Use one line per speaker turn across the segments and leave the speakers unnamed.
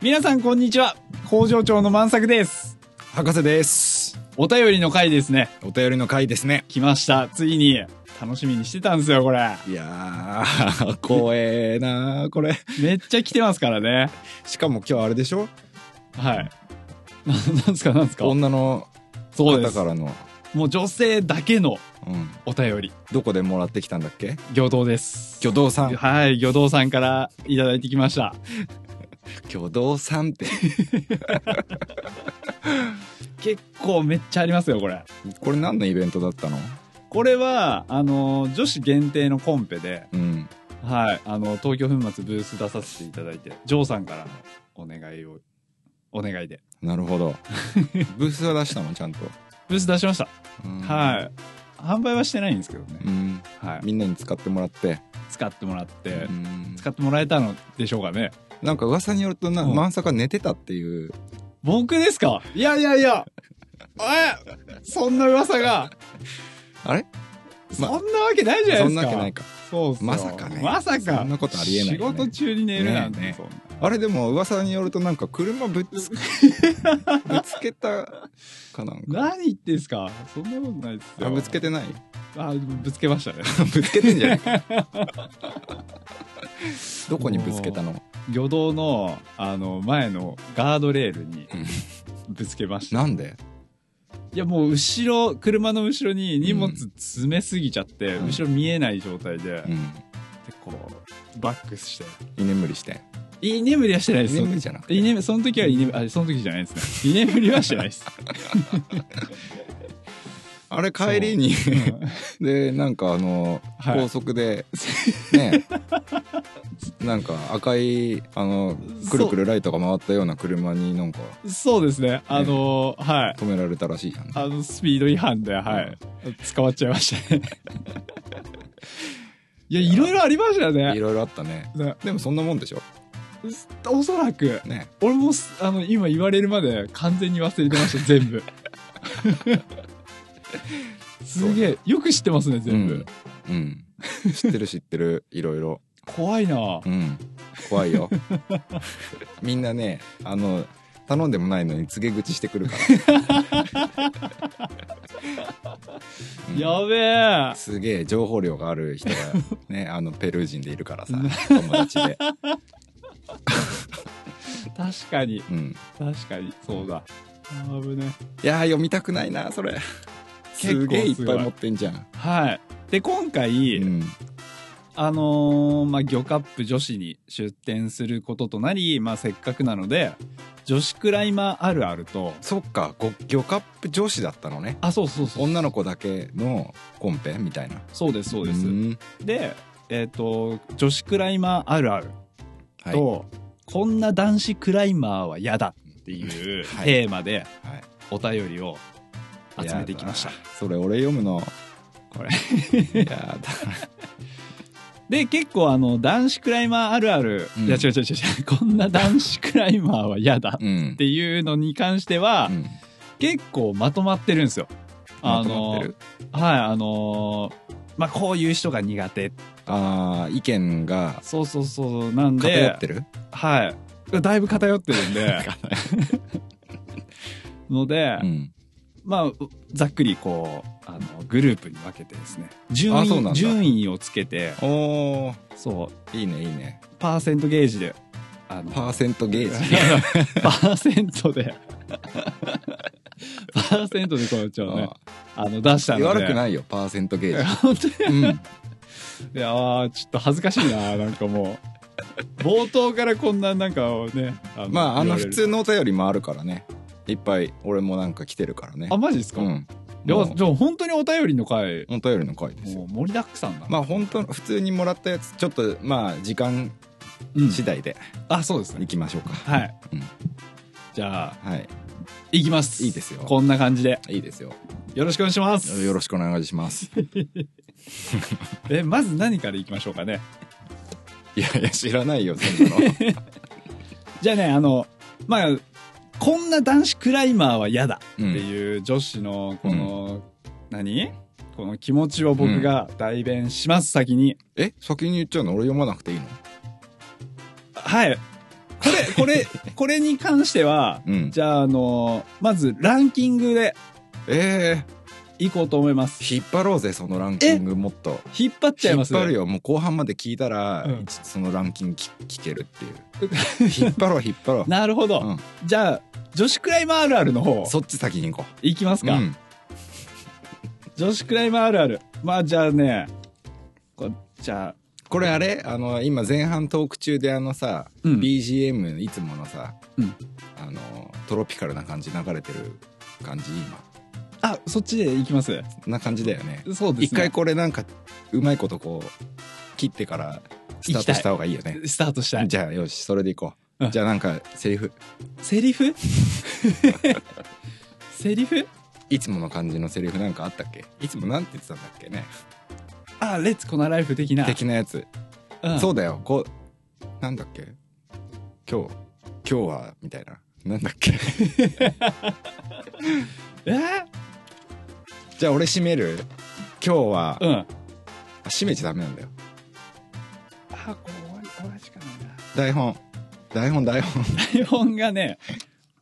皆さんこんにちは工場長の満作です
博士です。
お便りの回ですね
お便りの回ですね。
来ましたついに楽しみにしてたんですよこれ
いやー、 怖えなーこれ。
めっちゃ来てますからね
しかも今日あれでしょ
はいななんですかなんですか
女の
そうで
方
す
からの。
もう女性だけの
うん。
お便り
どこでもらってきたんだっけ
魚道です
挙動さん。
はい魚道さんからいただいてきました
挙動さんって。
結構めっちゃありますよこれ
これ何のイベントだったの
これはあの女子限定のコンペで
うん。
はい、あの東京粉末ブース出させていただいて、ジョーさんからのお願いを、お願いで。
なる ほど。ブースは出したのちゃんと。
ブース出しました。
うん
はい。販売はしてないんですけどね。
うん。
はい。
みんなに使ってもらって。
使ってもらって、
うん
使ってもらえたのでしょうかね。
なんか噂によるとな、
うん
まさか寝てたっていう。
僕ですかいやいやいや。えそんな噂が。
あれ
そ
ま
んなわけないじゃない
そ
です
ん
か。
なわけないか。
そうっすよ
まさかね
まさか。
そんなことありえない
仕
よね
事中に寝るなんて。
ねえね
そんな
あれでも噂によるとなんか車ぶ つぶつけたかなんか。
何言ってんすかそんなことないですよ。
あぶつけてない
あ、ぶつけましたね。
ぶつけてんじゃない どこにぶつけたの
魚道のあの前のガードレールにぶつけました
なんで
いやもう後ろ車の後ろに荷物詰めすぎちゃって、
うん
後ろ見えない状態で、
うん
結構バックして
居眠りして
居眠りはしてないで
居
す
眠りじゃなくて
居眠りその時は居眠りあその時じゃないですね居眠りはしてないです
あれ帰りにでなんかあの、
はい
高速で ねなんか赤いあのくるくるライトが回ったような車になんか
うんそうですねあのはい
止められたらしいじゃん
あのスピード違反ではい捕まっちゃいました ねいやいろいろありました
い
ね
ろいろあったね
ね
でもそんなもんでしょ
おそらく
ね
俺もすあの今言われるまで完全に忘れてま した全部すげえよく知ってますね全部、
うん、うん、知ってる知ってるいろいろ
怖いな
うん怖いよみんなねあの頼んでもないのに告げ口してくるからうん
やべ え
すげえ情報量がある人がね あのペルー人でいるからさ友達で
確かに
うん
確かにそうだあぶね
いやー読みたくないなそれ
結構すごい
すげえいっぱい持ってんじゃん
はいで今回、
うん
あのーまあ魚カップ女子に出店することとなり、まあ、せっかくなので女子クライマーあるあると
そっかご魚カップ女子だったのね
あそうそうそう
女の子だけのコンペみたいな
そうですそうです、
ん
でえっ、と女子クライマーあるある
はい
と、こんな男子クライマーは嫌だっていう
はい
テーマで
はい
お便りを集めてきました。
やだそれ俺読むの
これ
い やだ
で、結構あの、男子クライマーあるある、
うん
いや違う違う違う、こんな男子クライマーは嫌だっ
うん
ていうのに関しては、
うん
結構まとまってるんですよ。あ
まとまっ
の
てる、
はい、あの、まあ、こういう人が苦手。
あー意見が
そうそうそう、なんで、
偏ってる
はい。だいぶ偏ってるん で、ので、
うん
まあう、ざっくりこう、あの、グループに分けてですね、順
あそうなん
位、
だ
順位をつけて、
おー
そう、
いいねいいね
パーセントゲージで、あ の、
パーセントゲージ
パーセント で、パーセントでこう、ちょっとね、あの、出したので。
悪く
い。
ないよパーセントゲージ
本当に
うん
いやーちょっと恥ずかしいな、なんかもう。冒頭からこんな、なんかね、の
まあ
言
あの
われ
普
る
通のお便りもあるからねいっぱい俺もなんか来てるからね
あ、マジですか、
う
い
ん
や
もう
じゃあ本当にお便りの回、
お便りの回ですよ
もう盛りだくさんだ。
まあ本当普通にもらったやつちょっとまあ時間
うん
次第で
あ、そうですね
い。きましょうか
はい。
うん
じゃあ、
はい
いきます。
いいですよ
こんな感じで。
いいですよ
よろしくお願いします。
よろしくお願いします
え、まず何からいきましょうかね。
いやいや知らないよそんなの
じゃあね、あの、まあ、こんな男子クライマーは嫌だって
うん
いう女子の、この、何この気持ちを僕が代弁します、先に。
え先に言っちゃうの俺読まなくていいの
はい。これれ、こ れ、これに関しては、
うん。
じゃあ、あの、まずランキングで
え
いこうと思います。
ー、引っ張ろうぜ、そのランキングもっと。
引っ張っちゃいます
引っ張るよ。もう後半まで聞いたら、
うん
いつそのランキングき聞けるっていう。引っ張ろう、引っ張ろ う。
なるほど。
うん
じゃあ、女子クライマーあるあるの方、
そっち先に行こ
いきます
う。う
か。
ん。
女子クライマーあるある。まあ、じゃあね、こじゃあ、
これあれあの、今前半トーク中であのさ、
うん
BGM いつものさ、
うん
あの、トロピカルな感じ流れてる感じ、今。
あ、そっちでいきます。
な感じだよね。
そうですね。
一回これなんか、うまいことこう、切ってからスタートした方がいいよね。
スタートしたい。
じゃあよし、それでいこう。
うん
じゃあなんか、セリフ。
セリ フセリフ
いつもの感じのセリフなんかあったっけいつもなんて言ってたんだっけね
あ、レッツコナライフ的な。
的なやつ。
うん
そうだよ。こう、なんだっけ今日、今日は、みたいな。なんだっけ
え ー
じゃあ俺締める今日は、
うん。あ、
あ締めちゃダメなんだよ。
これ終わり、終わりしかないな。
台本。台本、台 本。
台本がね、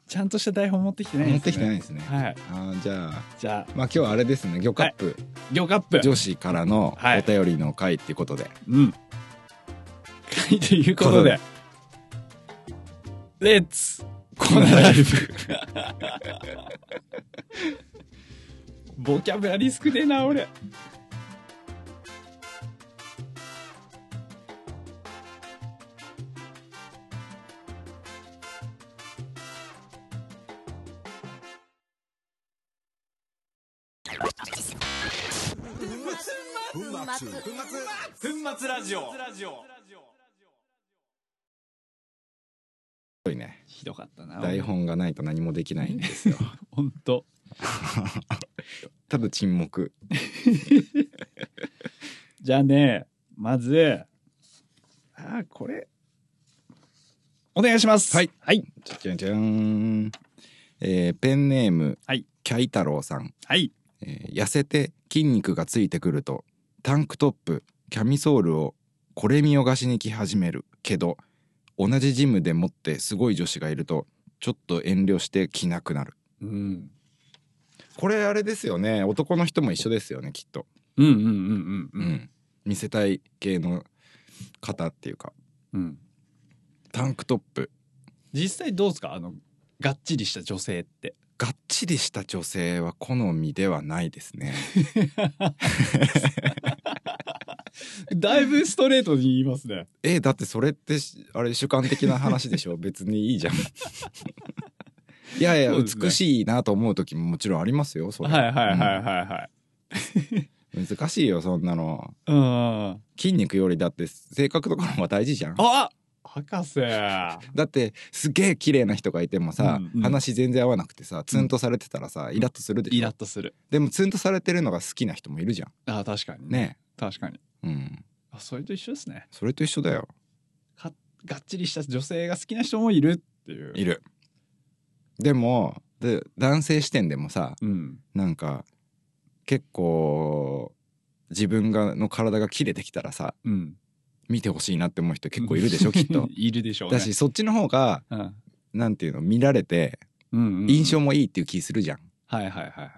ちゃんとした台本持ってきてない
持
で
っ
すね。
てきてないですね。
はい。
あーじゃあ、
じゃあ、
まあ今日はあれですね。魚カップ、
魚カップ。
女子からの
はい
お便りの回っていうことで。
うん。はい、ということで、レッツ
こんなライブ。
ボキャブラリー少ねえな、俺。
すごいね。
ひどかったな。
台本がないと何もできないんですよ。
ほんと。
ただ沈黙。
じゃあね、まず、あー、これ、お願いします。
はい。
はい。
じゃじゃじゃーん。えーペンネーム、
はい
キャイ太郎さん。
はい。
えー痩せて筋肉がついてくるとタンクトップキャミソールをこれ見よがしに着始めるけど同じジムでもってすごい女子がいるとちょっと遠慮して着なくなる
うん。
これあれですよね男の人も一緒ですよねきっと、
うんうんうんう
うんん、見せたい系の方っていうか
うん。うん。
タンクトップ
実際どうですかあの、がっちりした女性って。
がっちりした女性は好みではないですね
だいぶストレートに言いますね。
えだってそれってしあれ主観的な話でしょ 別にいいじゃんいやいや、
そうですね
美しいなと思う時ももちろんありますよそれ、
はいはいはいはいはい。
うん難しいよそんなの
うん。あ
筋肉よりだって性格とかの方が大事じゃん
博士
だってすげえ綺麗な人がいてもさ、
うんうん
話全然合わなくてさツンとされてたらさイラッとするで
イ
しょ、
ラッとする。
でもツンとされてるのが好きな人もいるじゃん
あ確かに。
ね
確かに。
うん
あ、それと一緒ですね。
それと一緒だよ
がっちりした女性が好きな人もいるっていう。
いるでもで男性視点でもさ、
うん。
なんか結構自分がの体が切れてきたらさ
うん。。
見てほしいなって思う人結構いるでしょきっと
いるでしょうね。
だしそっちの方が
うん、
なんていうの見られて
うんうんうん
印象もいいっていう気するじゃん。
はいはいはいはい。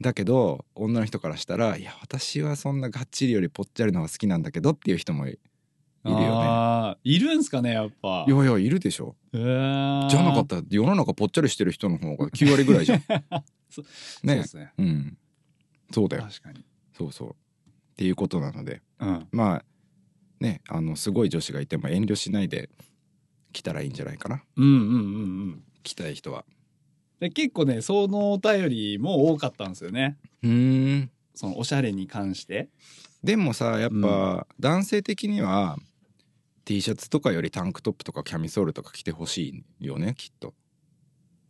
だけど女の人からしたら「いや私はそんながっちりよりぽっちゃりの方が好きなんだけど」っていう人もいるよね
あーいるんすかね、やっぱ。
いやいやいるでしょ。
えー
じゃなかったら世の中ぽっちゃりしてる人の方が9割ぐらいじ ゃん。
そそう
ね
で。すね。
うん。そうだよ。
確かに。
そうそう。っていうことなので。
うん。
まあねあのすごい女子がいても遠慮しないで来たらいいんじゃないかな
うんうんうんうん。
来たい人は
で結構ね、そのお便りも多かったんですよね。
うん
そのおしゃれに関して。
でもさやっぱ男性的には、T シャツとかよりタンクトップとかキャミソールとか着てほしいよねきっと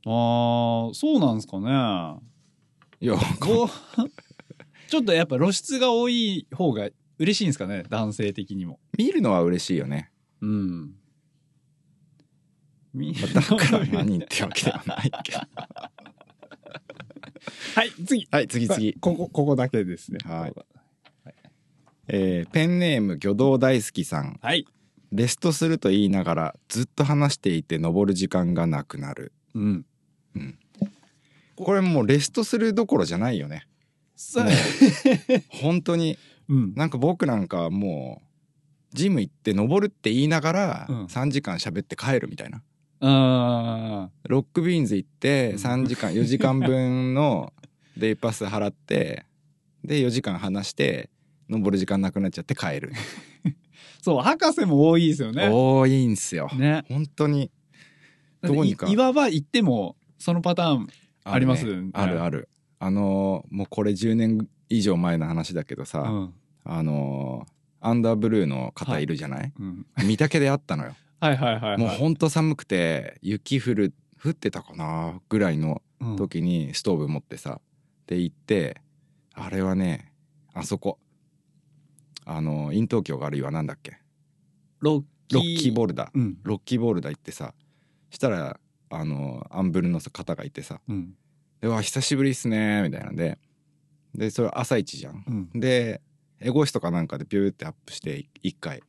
ああ、そうなんですかね。
いや
こう ちょっとやっぱ露出が多い方が嬉しいんですかね男性的にも
見るのは嬉しいよ ね
うんみ
まあだから何ってわけではないけど
はい次
はい次次
ここここだけですね
はいえーペンネーム魚道大好きさん
はい
レストすると言いながらずっと話していて登る時間がなくなる
うん。
これもうレストするどころじゃないよね
さ
も本当に
うん。
なんか僕なんかはもうジム行って登るって言いながら
うん
3時間喋って帰るみたいな、
あ
ロックビーンズ行って
うん
3時間4時間分のデイパス払ってで4時間話して登る時間なくなっちゃって帰る、
あ。そう、博士も多いですよね。
多いんすよ、
ね。
本当に
だって
どうにか
いいわば行っても、そのパターン。ありますよね
あるあるあのーもうこれ10年以上前の話だけどさ、
うん。
あのーアンダーブルーの方いるじゃない、
うん。
見たけであったのよ
はいはいはいはい。
もうほんと寒くて雪降る降ってたかなぐらいの
うん
時にストーブ持ってさで行ってあれはねあそこあのイン東京があるいはなんだっけ
ロッキー。
ロッキーボルダー
うん。
ロッキーボルダー行ってさしたらあのアンブルの方がいてさ
うん。
「でうわ久しぶりっすね」みたいなんででそれ朝一じゃん
うん。
でエゴイスとかなんかでビューってアップして1回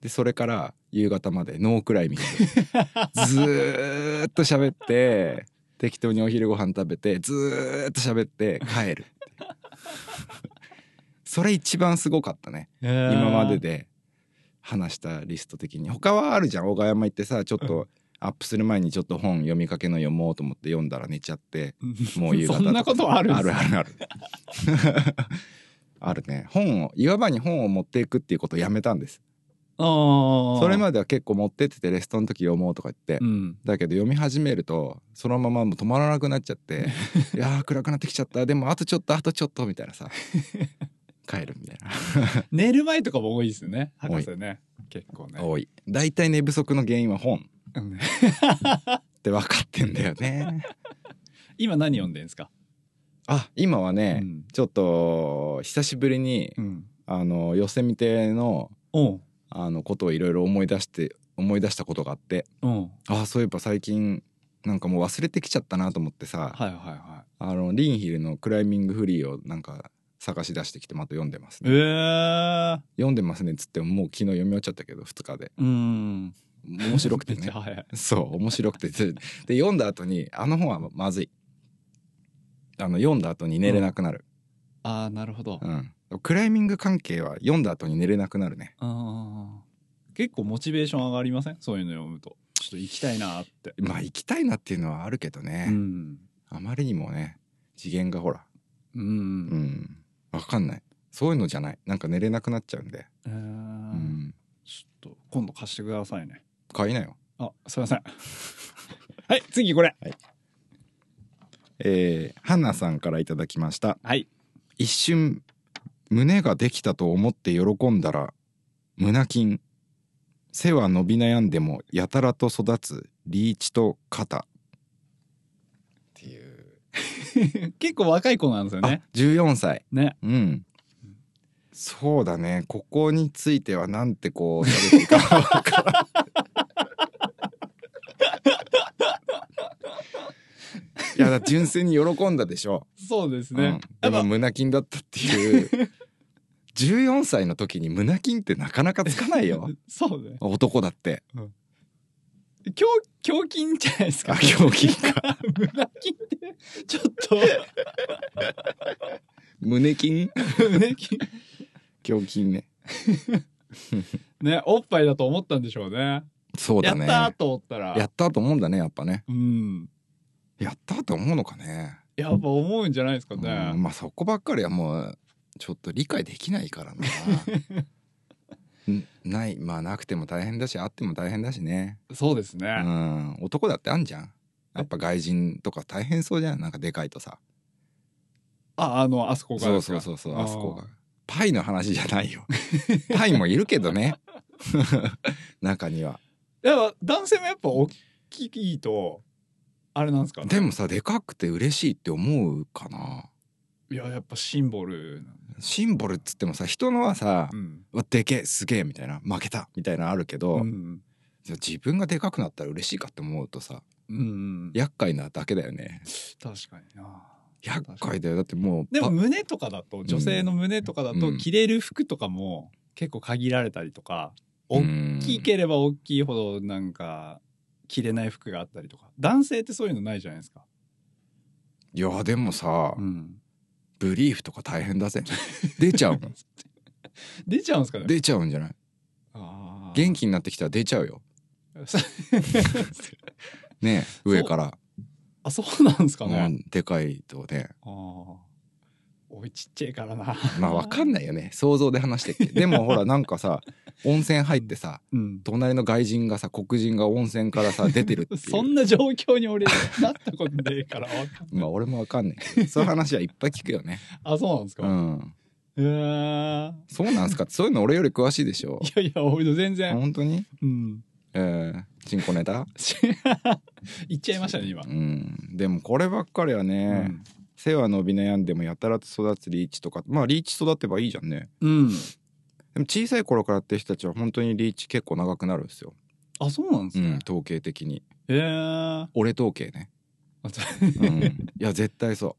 でそれから夕方までノークライミングずーっと喋って適当にお昼ご飯食べてずーっと喋って帰る それ一番すごかったね今
今
まで。で話したリスト的に他はあるじゃん小川山行ってさちょっとアップする前にちょっと本読みかけの読もうと思って読んだら寝ちゃって もう夕方
そんなことあるん
あ
す
るあるある あるね本をいわばに本を持っていくっていうことをやめたんです
ああ。
それまでは結構持ってっててレストの時読もうとか言って、
うん。
だけど読み始めるとそのままもう止まらなくなっちゃって いやー暗くなってきちゃったでもあとちょっとあとちょっとみたいなさ帰るみたい
寝る前とかも多いですよね。博士ね。結構ね
な。多い大体寝不足の原因は本
うん
って分かってんだよね
今何読んでんですか
あ今はね、
うん
ちょっと久しぶりに
うん。
あの寄せ見ての
おう。
あのことをいろいろ思い出して思い出したことがあって
おう。
ああそういえば最近なんかもう忘れてきちゃったなと思ってさ、
はいはいはい。
あのリンヒルの「クライミングフリー」をなんか探し出してきてまた読んでます
ええ
ね読んでますねっつってももう昨日読み終わっちゃったけど2日で
うん。
面白く て
めっ
ね
ちゃ早い。
そう面白くてでで読んだ後にあの本はまずいあの読んだ後に寝れなくなる、
ああ、なるほど。
うんクライミング関係は読んだ後に寝れなくなるね
あー結構モチベーション上がりませんそういうの読むと。ちょっと行きたいなーって。
まあ行きたいなっていうのはあるけどね、
うん。
あまりにもね次元がほら
う。
うんんわかんないそういうのじゃないなんか寝れなくなっちゃうんで、
えー
うん、
ちょっと今度貸してくださいね。
買いなよ
あ、すいません。 はい、次これ。
えー、ハンナさんからいただきました
はい。
一瞬胸ができたと思って喜んだら胸筋背は伸び悩んでもやたらと育つリーチと肩っていう、
結構若い子なんですよ
あ
ね。
14歳
ね。
うんそうだねここについてはなんてこう喋っていいか分から んいやだから純粋に喜んだでしょ
そうですね。
う
や
ん、で
っぱ
も胸筋だったっていう14歳の時に胸筋ってなかなかつかないよ
そうね。
男だって
胸、 胸筋じゃない ですか。
あ胸筋
か。胸筋って、 ちょっと、
胸筋
胸筋。
胸筋ね
ね、おっぱいだと思ったんでしょうね。
そうだね
やったーと思ったら。
やったと思うんだねやっぱね
うん。
やったと思うのかね
やっぱ思うんじゃないですか
う
ね
ん。まあそこばっかりはもうちょっと理解できないから なんないまあなくても大変だしあっても大変だしね
そうです
う
ね。
ん男だってあんじゃんやっぱ外人とか大変そうじゃんなんかでかいとさ
あ、あの、あそこが
そう
です
そ
か。
うそうそう
あー
あそこがパイの話じゃないよパイもいるけどね 中には
やっぱ男性もやっぱ大きいと、あれなんですかね
でもさでかくて嬉しいって思うかない
や、やっぱシンボルなんだ。
シンボルっつってもさ人のはさ
う、ん。
うわでけえすげえみたいな負けたみたいなのあるけど、
うん。
自分がでかくなったら嬉しいかって思うとさ
うん。
厄介なだけだよね
確かにな。
厄介だよだってもう
でも
ば
胸とかだと、女性の胸とかだ
う
と、
ん
着れる服とかも結構限られたりとか、大
大
きければ大きいほどなんか着れない服があったりとか男性ってそういうのないじゃないですか、
いやでもさ、
うん、
ブリーフとか大変だぜ出ちゃう もん
出ちゃうんですかね
出ちゃうんじゃない
あー
元気になってきたら出ちゃうよね上から、
あそうなんですか
う
ね、
んでかいと ね
ああおいちっちゃいからな
まあわかんないよね想像で話してっけでもほらなんかさ温泉入ってさ
うん
隣の外人がさ黒人が温泉か らさ出てるっていう
そんな状況に俺なったことねえからわかん
ま
な
あ
い
俺もわかんないけどそういう話はいっぱい聞くよね
あ そうなんです
う
か、
ん
えー
そうなんすかそういうの俺より詳しいでしょ
いやいや俺の全然、
本当に
うん、
えー、チンコ ネタ
言っちゃいましたね今、
うんでもこればっかりはね、背は伸び悩んでもやたらと育つリーチとかまあリーチ育てばいいじゃんね
うん、うん、
でも小さい頃からやってる人たちは本当にリーチ結構長くなるんですよ、
あそうなんです
う
ね、
ん、統計的に
えー
俺統計ね、
あと
うん、いや絶対そ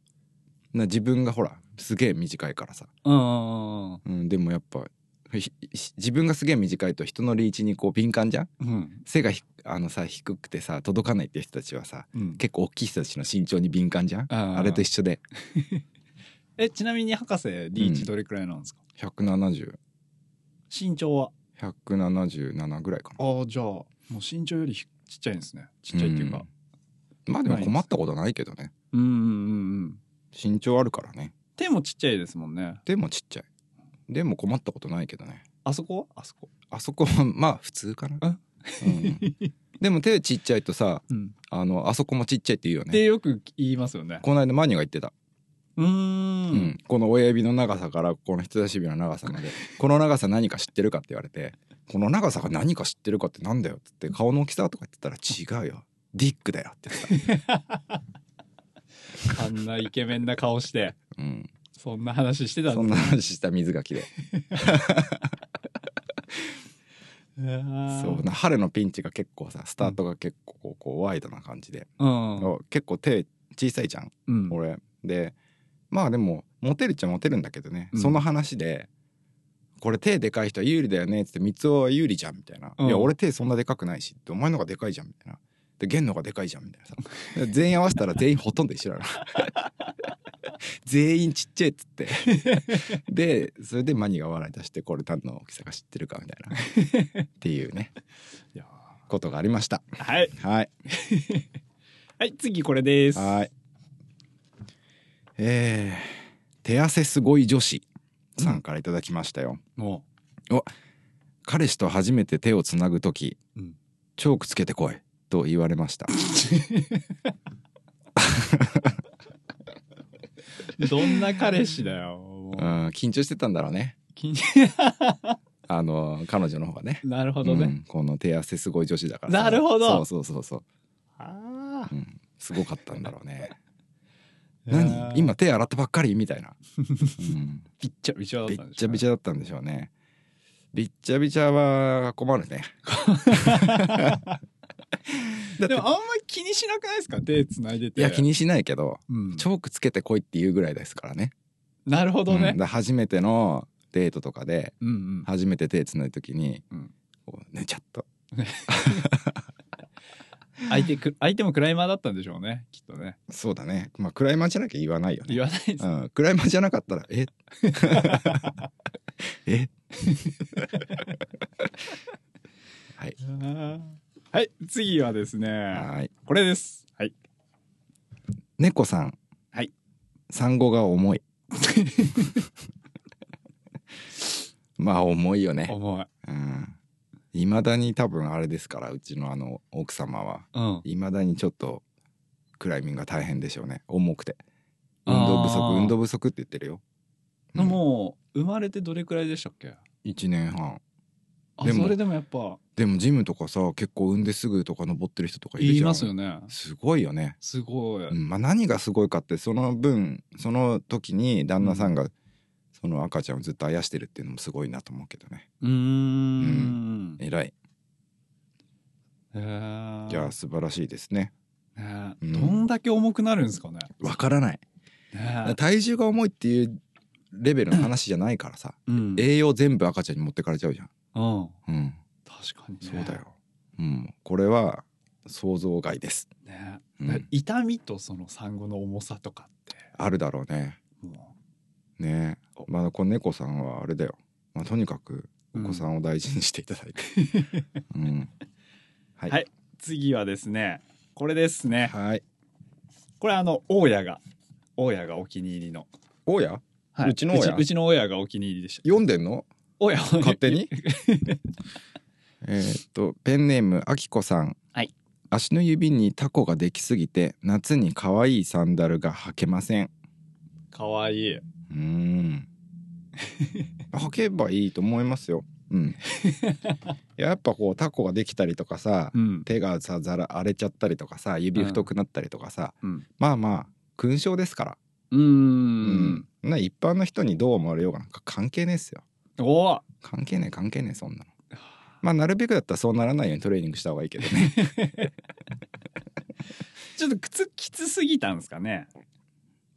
うな自分がほらすげえ短いからさ、
うんうんうん
うん、でもやっぱひひ自分がすげえ短いと人のリーチにこう敏感じゃん
うん
背がひあのさ低くてさ届かないって人たちはさ
うん
結構大きい人たちの身長に敏感じゃん
あー
あれと一緒で
えちなみに博士リーチどれくらいなんですか、
170177
身長は
ぐらいかな
ああじゃあもう身長よりひちっちゃいんですねちっちゃいっていうか
まあでも困ったことないけどね
うんうんうんうん
身長あるからね
手もちっちゃいですもんね
でもちっちゃいでも困ったことないけどね
あそこはあそこ
あそこはまあ普通かな、うん、でも手ちっちゃいとさ
うん
あのあそこもちっちゃいって言うよ
って
ね
よく言いますよね
この間マニュが言ってた、
うーん
うんこの親指の長さからこの人差し指の長さまでこの長さ何か知ってるかって言われてこの長さが何か知ってるかってなんだよって言って顔の大きさとか言ってたら違うよディックだよって言 ってた、
あんなイケメンな顔して
うん、
そんな話してた
そん
ん
な
だ
話した水垣でそうな春のピンチが結構さスタートが結構こうこうワイドな感じで、
うんうん
結構手小さいじゃん
うん
俺でまあでもモテるっちゃモテるんだけどね、
うん
その話で「これ手でかい人は有利だよね」っつって「三つは有利じゃん」みたいな「
うん
いや俺手そんなでかくないし」って「お前のがでかいじゃん」みたいな「で源のがでかいじゃん」みたいなさ全員合わせたら全員ほとんど一緒だな 全員ちっちゃいっつってでそれでマニが笑い出してこれ何の大きさか知ってるかみたいなっていうね
いや
ことがありました
はい
はい
はい次これです
はい。えー、手汗すごい女子さんからいただきましたよ。
も
彼氏と初めて手をつなぐとき、
うん
チョークつけてこいと言われました。
うどんな彼氏だよもう
うん、緊張してたんだろうね。
緊
あの彼女の方がね。
なるほどね、
うんこの手汗すごい女子だからさ
なるほど
そうそうそうそう、
あ
う
ー
ん、すごかったんだろうね
いや
何
ー
今手洗ったばっかりみたいな、うん、
びっちゃびちゃだっ
びった
んでし
ちゃ
ょうね
びちゃだったんでしょうねびっちゃびちゃは困るねだって
でもあんま気にしなくないですか手つないでて
いや気、にしないけど
うん
チョークつけてこいっていうぐらいですからね
なるほど
うんだ
ね
か、ら初めてのデートとかで
うんうん
初めて手つないときに、
うん
こうねちゃっと
相手く相手もクライマーだったんでしょうねきっとね
そうだねまあクライマーじゃなきゃ言わないよね
言わないです、
うん、クライマーじゃなかったら ええはい
あーはい次はですね
はい
これですはい
猫さん
はい
産後 が重いまあ重いよね
重い
うんいまだに多分あれですからうちのあの奥様は
うん
いまだにちょっとクライミングが大変でしょうね重くて
あ
運
ー
動不足運動不足って言ってるよ、うん
もう生まれてどれくらいでしたっけ
1年半
あ
でも
それでもやっぱ
でもジムとかさ結構産んですぐとか登ってる人とかいる
言い
じゃん
ますよね
すごいよね
すごい、
うんまあ、何がすごいかってその分その時に旦那さんがその赤ちゃんをずっとあやしてるっていうのもすごいなと思うけどね
うーん
偉い
へー
いや素晴らしいですね
ね
うん
どんだけ重くなるんですかね
わからない
ね
体重が重いっていうレベルの話じゃないからさ
うん
栄養全部赤ちゃんに持ってかれちゃうじゃん
うん
うん
確かに、ね、
そうだよ、うん、これは想像外です、
ね、
うん
だから痛みとその産後の重さとかって
あるだろうね
も
ねまあこの猫さんはあれだよ、まあ、とにかく
う
お子さ
うん
を大事にしていただいて、 うんはい
はい次はですねこれですね
はい
これあの大家が大家がお気に入りの、
おや
はいう
ちの大家
うちうちの大家がお気に入りでした
読んでんの
大家
勝手 にえーっとペンネームあきこさん、
はい
足の指にタコができすぎて夏に可愛いサンダルが履けません
かわいいう
ーん履けばいいと思いますようん やっぱこうタコができたりとかさ
うん
手がさざら荒れちゃったりとかさ指太くなったりとかさ、
うん
まあまあ勲章ですから、
うー
うんな一般の人にどう思われようがなんか関係ねえっすよ
おお
関係ねえ関係ねえそんなのまあなるべくだったらそうならないようにトレーニングした方がいいけどね
ちょっと靴きつすぎたんですかね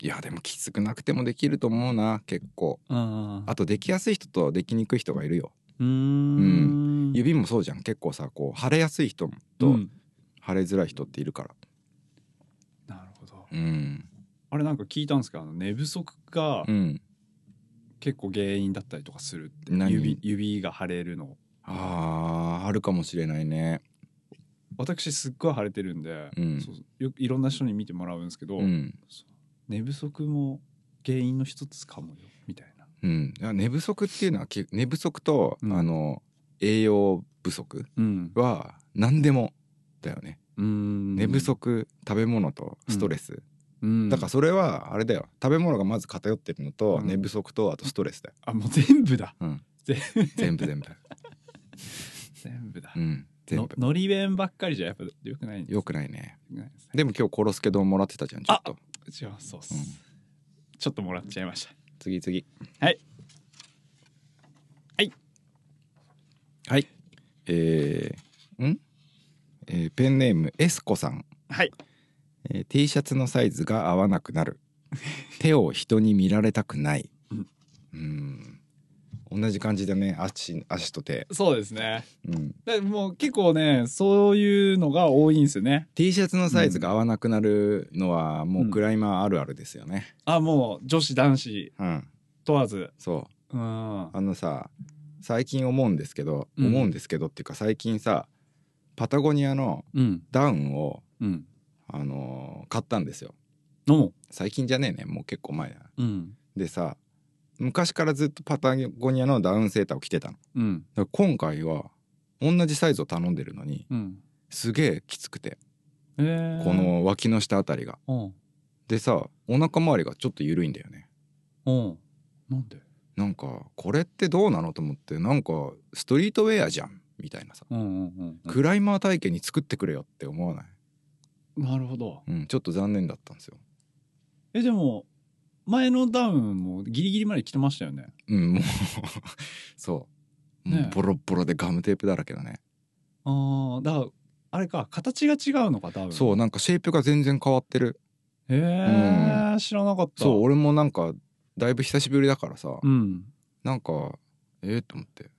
いやでもきつくなくてもできると思うな結構
うん
あとできやすい人とできにくい人がいるよ
うーん
指もそうじゃん結構さこう腫れやすい人
う
と
ん
腫れづらい人っているから
なるほど
うん
あれなんか聞いたんですけどあの寝不足が
うん
結構原因だったりとかするって
何
指指が腫れるの
あーあるかもしれないね
私すっごい腫れてるんで、
うん
そうよくいろんな人に見てもらうんですけど、
うん
そう寝不足も原因の一つかもよみたいな
うん、だから寝不足っていうのはけ寝不足と、
うん
あの栄養不足
うん
は何でもだよね、
うん
寝不足食べ物とストレス、
うん
だからそれはあれだよ食べ物がまず偏ってるのと、
うん
寝不足とあとストレスだよ
あもう全部だ、
うん
全
全部全部
全部だ、
うん全
の
部
のり弁ばっかりじゃやっぱ良くないん
よくないね
良くないですね
でも今日コロスケ丼もらってたじゃんちょっと
うちはそうっす、
うん
ちょっともらっちゃいました
次次
はいはい
はいえー、ん、えーペンネームエスコさん
はい
えー T シャツのサイズが合わなく なる手を人に見られたくない
うん
うん同じ感じでね足足と手、
そうですね
うん、
だもう結構ねそういうのが多いんですよね
T シャツのサイズが合わなくなるのはもうクライマーあるあるですよね
あもう女子男子
うん、
問わず
そう
うん
あのさ最近思うんですけど、
うん
思うんですけどっていうか最近さパタゴニアの
うん
ダウンを、
うん
あのー買ったんですよ
の
最近じゃねえねもう結構前だな
うん
でさ昔からずっとパタゴニアのダウンセーターを着てたの
うん
だから今回は同じサイズを頼んでるのに
うん
すげえきつくて
え
こ
ー、
の脇の下あたりが
うん
でさお腹周りがちょっと緩いんだよね
うんなんで
なんかこれってどうなのと思ってなんかストリートウェアじゃんみたいなさ
うんうんうん
クライマー体験に作ってくれよって思わない、
なるほど
うん、ちょっと残念だったんですよ
えでも前のダウンもギリギリまで来てましたよね
うん もうそうも
ね
うボロボロでガムテープだらけだね
ああだからあれか形が違うのかダウン
そうなんかシェイプが全然変わってる
へえ、知らなかった
そう俺もなんかだいぶ久しぶりだからさ、
うん
なんかえー、と思って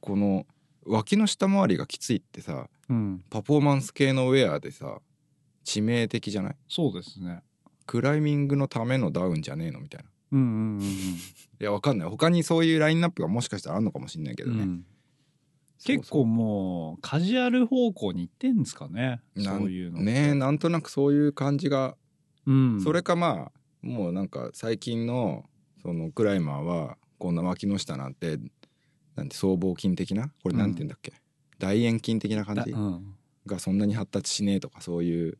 この脇の下回りがきついってさ
うん
パフォーマンス系のウェアでさ致命的じゃない
そうですね
クライミングのためのダウンじゃねえのみたいな
うんうんうん
いやわかんない他にそういうラインナップがもしかしたらあるのかもしんないけ
う
ど
ん、
ね、
うん
そうそう
結構もうカジュアル方向に行ってんですかね
なん
そういうのって
ねえなんとなくそういう感じが、
うん
それかまあもうなんか最近のそのクライマーはこんな脇の下なんてなんて僧帽筋的なこれなんて言うんだっけ、大円筋的な感
だ
じ
うん
がそんなに発達しねえとかそういう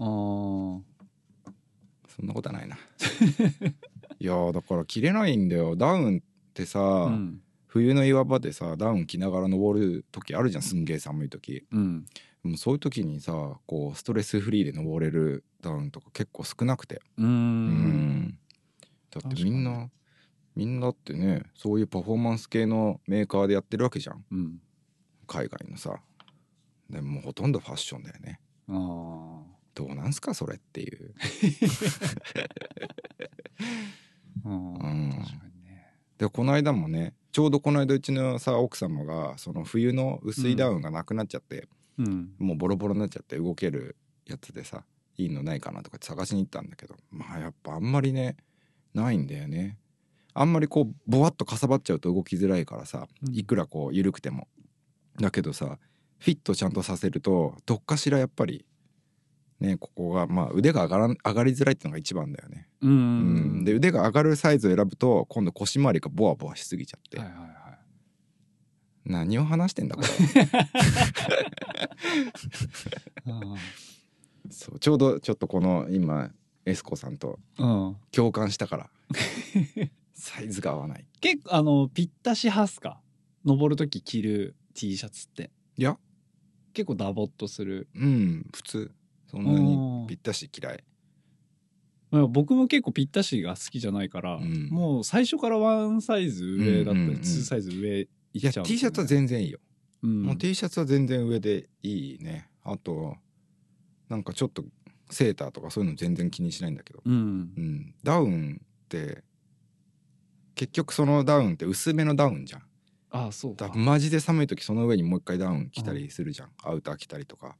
あー
そんなことは ないないやーだから着れないんだよダウンってさ、
うん
冬の岩場でさダウン着ながら登る時あるじゃんすんげえ寒い時
うん
もうそういう時にさこうストレスフリーで登れるダウンとか結構少なくて
うー
うんだってみん
確
なみんなってねそういうパフォーマンス系のメーカーでやってるわけじゃん
うん
海外のさでももうほとんどファッションだよね
あー
どうなんすかそれっていう
うん
うん
確かにね
でこの間もねちょうどこの間うちのさ奥様がその冬の薄いダウンがなくなっちゃって、
うん。
もうボロボロになっちゃって動けるやつでさいいのないかなとかって探しに行ったんだけどまあやっぱあんまりねないんだよね。あんまりこうボワッとかさばっちゃうと動きづらいからさ
うん
いくらこう緩くても。だけどさフィットちゃんとさせるとどっかしらやっぱりねここがまあ腕が上がらん上がりづらいっていうのが一番だよね。
う
うん
ん。
で腕が上がるサイズを選ぶと今度腰回りがボワボワしすぎちゃって、
はいはいはい。
何を話してん だこれ。
あ
そうちょうどちょっとこの今エスコさんと
ーうん。
共感したから サイズが合わない
結構、あの、ぴったし派っすか登るとき着る T シャツって。
いや
結構ダボっとする。
うん普通そんなにぴったし嫌い
まあ僕も結構ぴったしが好きじゃないから、
うん
もう最初からワンサイズ上だったり、
うんうんうん
ツーサイズ上
い
い
や
っちゃうんですよね、
T シャツは全然いいよ、
うん
もう T シャツは全然上でいいねあとなんかちょっとセーターとかそういうの全然気にしないんだけど、
うん
うん、ダウンって結局そのダウンって薄めのダウンじゃん
ああそう
だ
か
マジで寒い時その上にもう一回ダウン着たりするじゃん、アウター着たりとか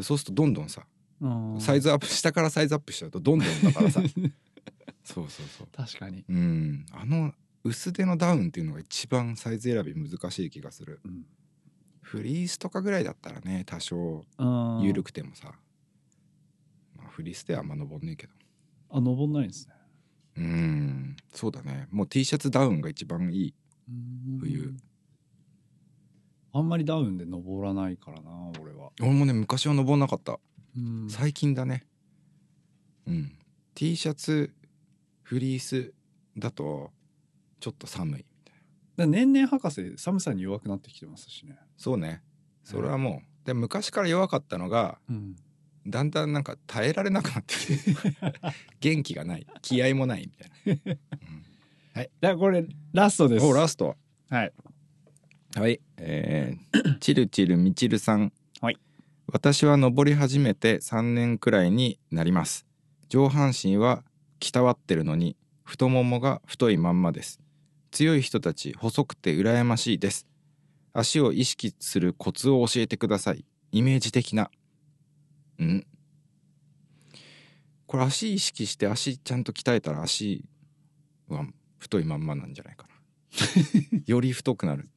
そうするとどんどんさ
うん
サイズアップ下からサイズアップしちゃうとどんどんだか らさそうそうそう
確かに、
うんあの薄手のダウンっていうのが一番サイズ選び難しい気がする
うん
フリースとかぐらいだったらね多少
うん、
緩くてもさ、まあ、フリースではあんま登んねえけど
あ登んないんですね
うんそうだねもう T シャツダウンが一番いい
うん
冬
あんまりダウンで登らないからな俺は、
俺もね昔は登んなかった
うん、
最近だねうん T シャツフリースだとちょっと寒い
だ年々博士寒さに弱くなってきてますしね、
そうねそれはもうで昔から弱かったのが
うん、
だんだんなんか耐えられなくなってき て元気がない気合もないみたい
だからこれラストで
な、
す
おラスト
はい
はいえ ー、チルチルみちるさん
はい
私は登り始めて3年くらいになります上半身はきたわってるのに太ももが太いまんまです強い人たち細くて羨ましいです足を意識するコツを教えてくださいイメージ的なうんこれ足意識して足ちゃんと鍛えたら足は太いまんまなんじゃないか なより太くなる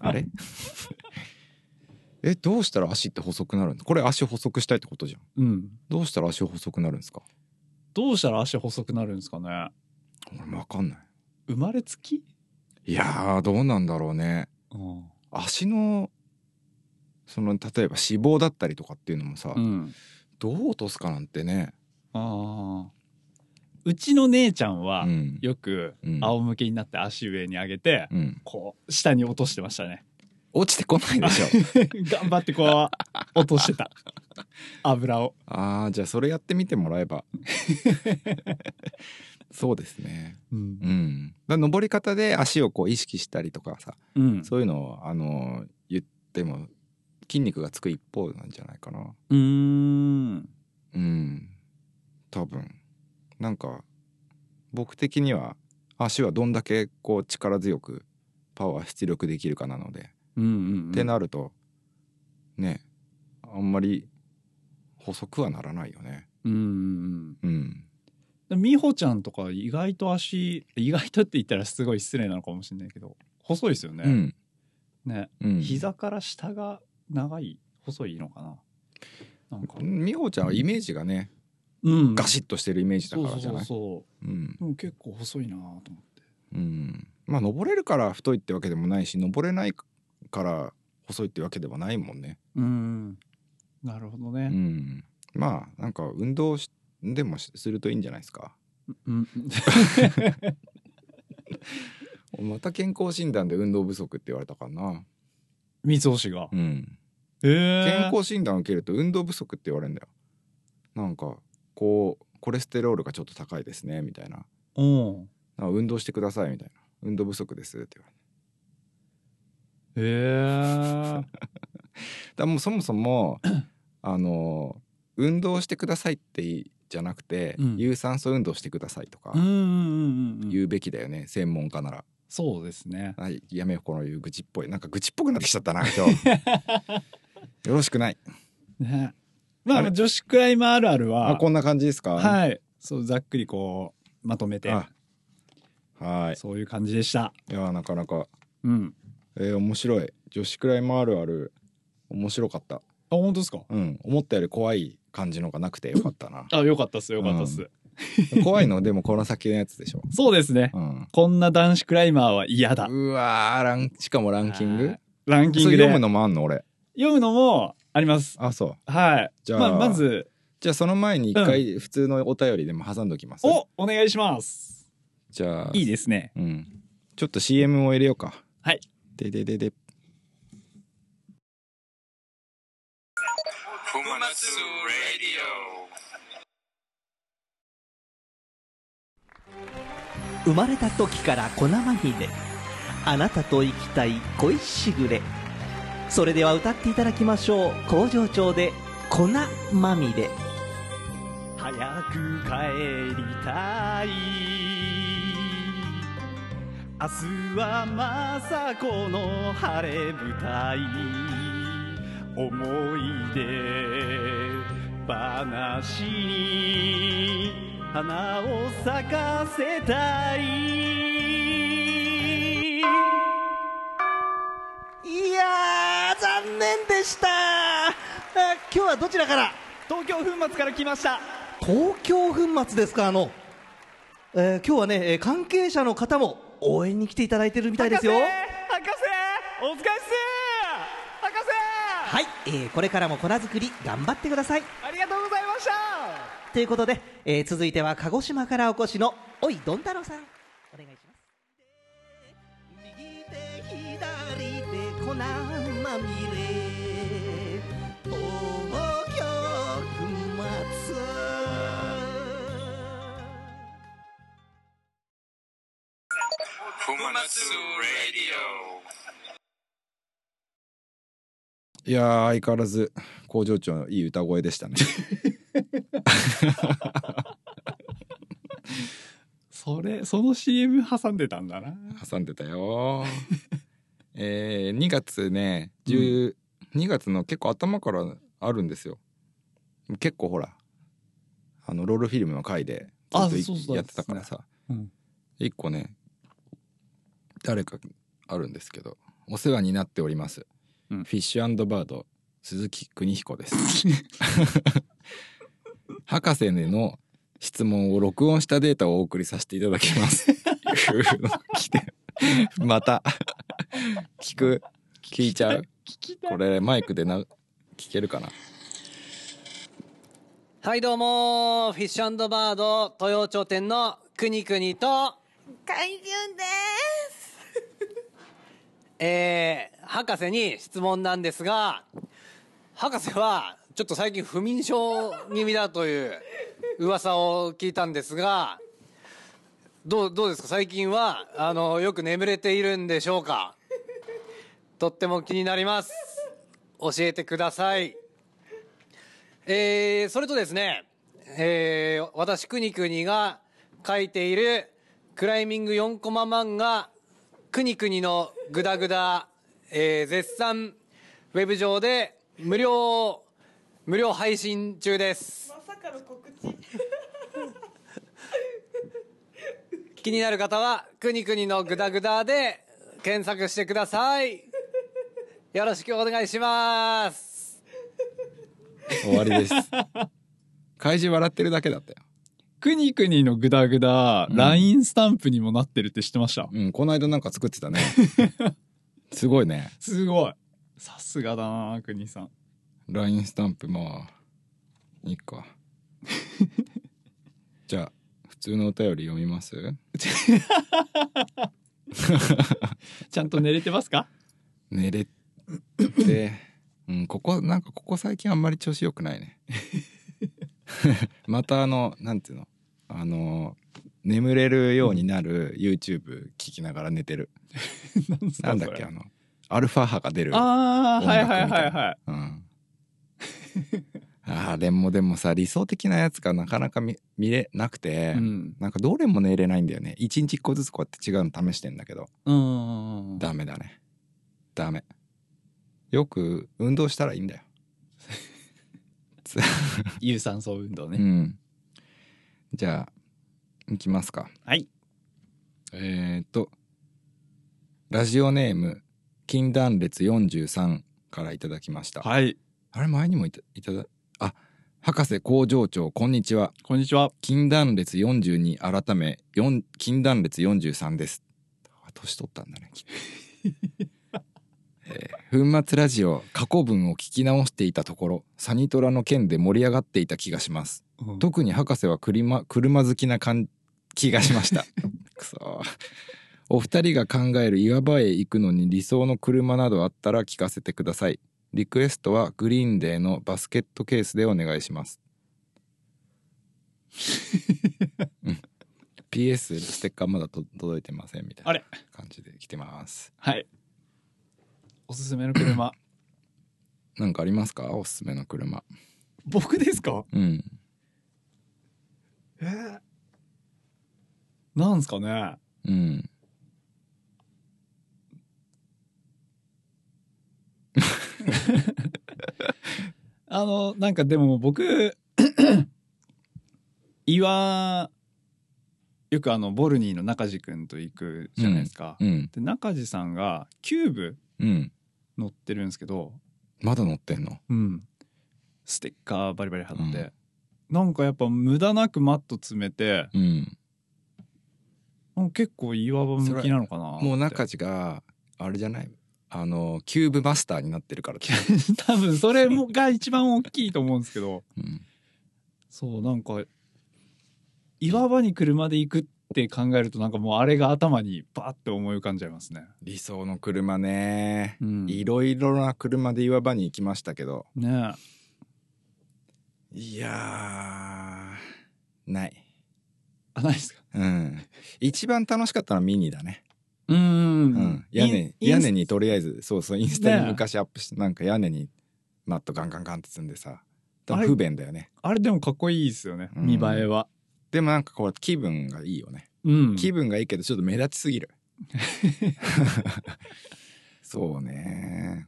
あれ えどうしたら足って細くなるんこれ足細くしたいってことじゃん
うん、
どうしたら足細くなるんですか
どうしたら足細くなるんですかね
俺もわかんない
生まれつき、
いやーどうなんだろうね
うん
足のその例えば脂肪だったりとかっていうのもさ、
うん、
どう落とすかなんてね、
ああうちの姉ちゃんは、
うん
よく
うん
仰向けになって足上に上げて、
うん、
こう下に落としてましたね
落ちてこないでしょ
頑張ってこう落としてた油を
あーじゃあそれやってみてもらえば そうですね
うん
う、んだから登り方で足をこう意識したりとかさ、
うん
そういうのをあのー言っても筋肉がつく一方なんじゃないかな
うーん
うん多分なんか僕的には足はどんだけこう力強くパワー出力できるかなので、
うんうんうん
ってなるとねあんまり細くはならないよね
うんうん
うん
うん美穂ちゃんとか意外と足意外とって言ったらすごい失礼なのかもしれないけど細いですよね、
うん、
ね
うん、
膝から下が長い細いのかななんか
美穂ちゃんはイメージがね、
うん
ガシッとしてるイメージだ
そう
か
そ
ら
う
じゃ
そ
な
う
い
そう
うん
でも結構細いなと思って
うんまあ登れるから太いってわけでもないし登れないから細いってわけではないもんね
うんなるほど
う
ね
ん、まあなんか運動しでもしするといいんじゃないですか
うん
また健康診断で運動不足って言われたからな、
三つ星が
うん、
ええ
健康診断受けると運動不足って言われるんだよなんかこうコレステロールがちょっと高いですねみたいな
うん
なんか運動してくださいみたいな運動不足ですって言われ
ええ
てだからもうそもそもあの運動してくださいってじゃなくて、
うん
有酸素運動してくださいとか
うんうんうんうんう
言
ん。
うべきだよね、専門家なら。
そうですね。
はい、やめようこの言う愚痴っぽいなんか愚痴っぽくなってきちゃ ったな今日よろしくない
ね。ま
あ
あ、
れ
女子クライマーあるある
あ
は、
こんな感じですか
はい。そう、ざっくりこう、まとめて、
あはい
そういう感じでした。
いやなかなか、
うん。
えー面白い女子くらいもあるある面白かった
あ、本当ですか
うん思ったより怖い感じのがなくてよかったな
あ、よかったっす、よかったっす。
怖いのでもこの先のやつでしょ、
そうですね。
うん、
こんな男子クライマーは嫌だ。
うわーランしかもランキング
はいランキン
そ
グ
れ
で。
読むのもあんの俺
読むのもあります。
あそう
はい。
じゃあ
まあ、まず、
じゃあその前に一回普通のお便りでも挟んどきます、
お、お願いします。
じゃあ
いいですね。
うん、ちょっと CM を入れようか
はい
でででで
生まれた時から粉まみれあなたと生きたい恋しぐれそれでは歌っていただきましょう工場長で粉まみれ早く帰りたい明日はまさこの晴れ舞台思い出話に花を咲かせたいいやー残念でしたあ今日はどちらから
東京粉末から来ました。
東京粉末ですかあの、えー今日はねえー関係者の方も応援に来ていただいてるみたいですよ
博士お疲れっす博士
はい、えーこれからも粉作り頑張ってください
ありがとうございました
ということで、えー続いては鹿児島からお越しのおいどんたろうさんお願いします右手左手粉まみれ東京
いやー相変わらず工場長のいい歌声でしたね
それ、その CM 挟んでたんだな。
挟んでたよー えー、2月ね10 2月の結構頭からあるんですよ結構ほらあのロールフィルムの回でず
あ
っとい
そうそう
やってたからさ、
うん
一個ね誰かあるんですけどお世話になっております、
うん
フィッシュバード鈴木邦 彦です博士の質問を録音したデータをお送りさせていただきま す いうのが来て また聞く聞いちゃうこれマイクでな聞けるかな
はいどうもフィッシュバード豊洋町店のくにくにと
海流です。
えー、博士に質問なんですが博士はちょっと最近不眠症気味だという噂を聞いたんですがどうどうですか最近はあのよく眠れているんでしょうかとっても気になります教えてくださいえー、それとですね、えー、私、くにくにが書いているクライミング4コマ漫画、くにくにのぐだぐだ、えー、絶賛、ウェブ上で無料、無料配信中です。
まさかの告知。
気になる方は、くにくにのぐだぐだで検索してください。よろしくお願いします。
終わりです怪獣笑ってるだけだったよ
くにくにのグダグダ、
うん
LINE スタンプにもなってるって知ってました
うんこの間なんか作ってたねすごいね
すごい。さすがだな、くにさん。
LINE スタンプまあいいかじゃあ普通のお便り読みます
ちゃんと寝れてますか
寝れて、 うん、ここなんかここ最近あんまり調子良くないね またあのなんていうのあの眠れるようになる YouTube 聞きながら寝てる、
なんすか
なんだっ
そ
け
れ
あのアルファ波が出る
あー、
音楽
はい
みた
はい
いな
はいはい。
うん、あれもでもさ理想的なやつがなかなか見見れなくて、
うん。
なんかどれも寝れないんだよね一日一個ずつこうやって違うの試してんだけど
うん。
ダメだねダメよく運動したらいいんだよ
有酸素運動
う
ね。
んじゃあ行きますか
はい
えー、っとラジオネーム禁断列43からいただきました、
はい。
あれ前にもいたいただあ博士工場長こんにちは
こんにちは。
禁断列42改め4禁断列43ですあ年取ったんだねきっと えー粉末ラジオ過去文を聞き直していたところサニトラの件で盛り上がっていた気がします特に博士は車車好きな感気がしましたくそーお二人が考える岩場へ行くのに理想の車などあったら聞かせてくださいリクエストはグリーンデーのバスケットケースでお願いします、うん PS ステッカーまだと届いてませんみたい
あ
な
れ
感じで来てます
はい。おすすめの 車。
なんかありますかおすすめの車
僕ですか
うん
えーなんすかね
うん
あの、なんかでも 僕、岩、よくあの、ボルニーの中地君と行くじゃないですか。
うん
で、中地さんがキューブ
うん
乗ってるんですけど、
まだ乗ってんの
うん。ステッカーバリバリ貼って、
うん
なんかやっぱ無駄なくマット詰めて、
うん
なんか結構岩場向きなのかな
もう
って
中地があれじゃないあのキューブマスターになってるから、
多分それもが一番大きいと思 うんですけど
うん、
そうなんか岩場に車で行くって考えるとなんかもうあれが頭にバーって思い浮かんじゃいますね。
理想の車ね、
うん
いろいろな車で岩場に行きましたけど
ねえ
いやーない
あないですか
うん一番楽しかったのはミニだね、
うー
うんん、屋根
イン
屋根にとりあえずそうそうインスタ
ね
に昔アップして、なんか屋根にマットガンガンガンって積んでさ多
あ
分
れ
不便だよね
あれでもかっこいいですよね、
うん
見栄えは。
でもなんかこう気分がいいよね
うん、
気分がいいけどちょっと目立ちす ぎるそうね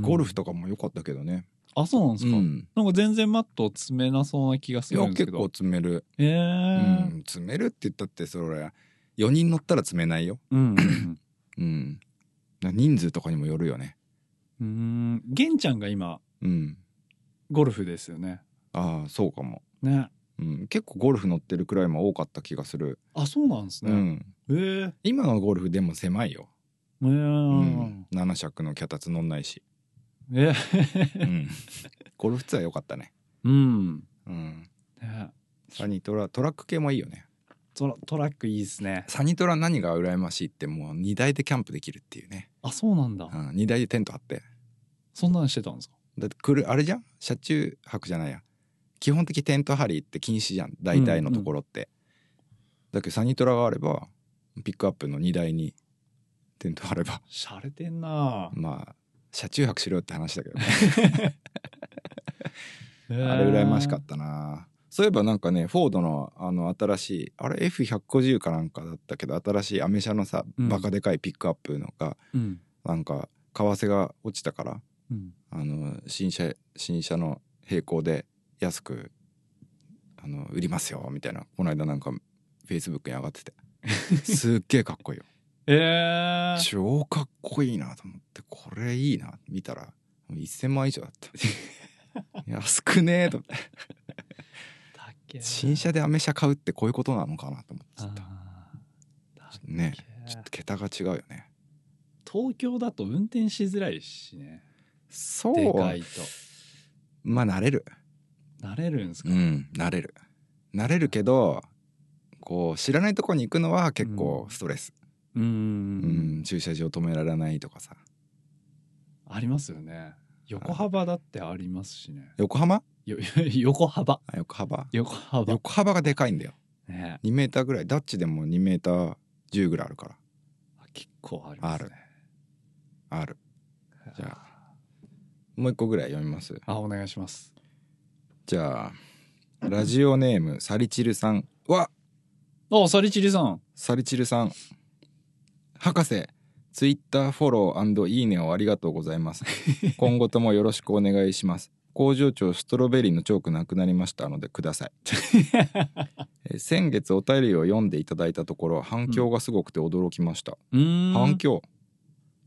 ゴルフとかも良かったけどね、
うんあそうなんですか、
うん
なんか全然マット詰めなそうな気がす
い
る
や
んです
結
け
構
ど。
詰める、
ええ
う
ー
ん、詰めるって言ったってそれ4人乗ったら詰めないよ、
うん。うん
うん、な人数とかにもよるよね
うん。玄ちゃんが今
うん
ゴルフですよね。
ああそうかも、
ね。
うん、結構ゴルフ乗ってるくらいも多かった気がする、
あそうなんです
う
ね。
ん、
ええ
今のゴルフでも狭いよ、
ええ
う7尺の脚立乗んないし、
え
うん、ゴルフツアー良かったね、
うん。
うん、
ね
サニトラトラック系もいいよね
トラトラックいいですね。
サニトラ何が羨ましいってもう荷台でキャンプできるっていうね、
あ、そうなんだ
う。ん、荷台でテント張って
そんなんしてたんですか。
だってくるあれじゃん車中泊じゃないや基本的テント張りって禁止じゃん大体のところって、だけどサニトラがあればピックアップの荷台にテント張れば
洒落てんな。
まあ車中泊しろよって話だけどね、
あ
あれ羨ましかったなそういえばなんかねフォードのあの新しいあれ F150 かなんかだったけど新しいアメ車のさ
うん
バカでかいピックアップのが、
た。うん。
なんか為替が落ちたから
うん。
あの新車新車の並行で安くあの売りますよみたいなこの間なんかフェイスブックに上がっ ててすっげえかっこいいよ
ええ
超かっこいいなと思ってこれいいな見たらもう1,000万以上だった 安くねえと思って
だっけ。
新車でアメ車買うってこういうことなのかなと思ってちょっと
あーだっけ
ねちょっと桁が違うよね
東京だと運転しづらいしね。
そう
でかいと。
まあ慣れる
慣れるんですか。
うん慣れる慣れるけどこう知らないとこに行くのは結構ストレス、
う。
うんん、駐車場止められないとかさ
ありますよね。横幅だってありますしね。
横浜
よ横幅。
あ 横幅
横幅。
横幅がでかいんだよ
ね。
2メーターぐらいダッチでも2メーター10ぐらいあるから
あ結構ありますね。
あるじゃあもう一個ぐらい読みます
あ、お願いします。
じゃあラジオネームサリチルさんは
あ、サリチリさん。
サリチルさん博士ツイッターフォローいいねをありがとうございます 今後ともよろしくお願いします工場長ストロベリーのチョークなくなりましたのでく ださいえー先月お便りを読んでいただいたところ反響がすごくて驚きました、
うーん。
反響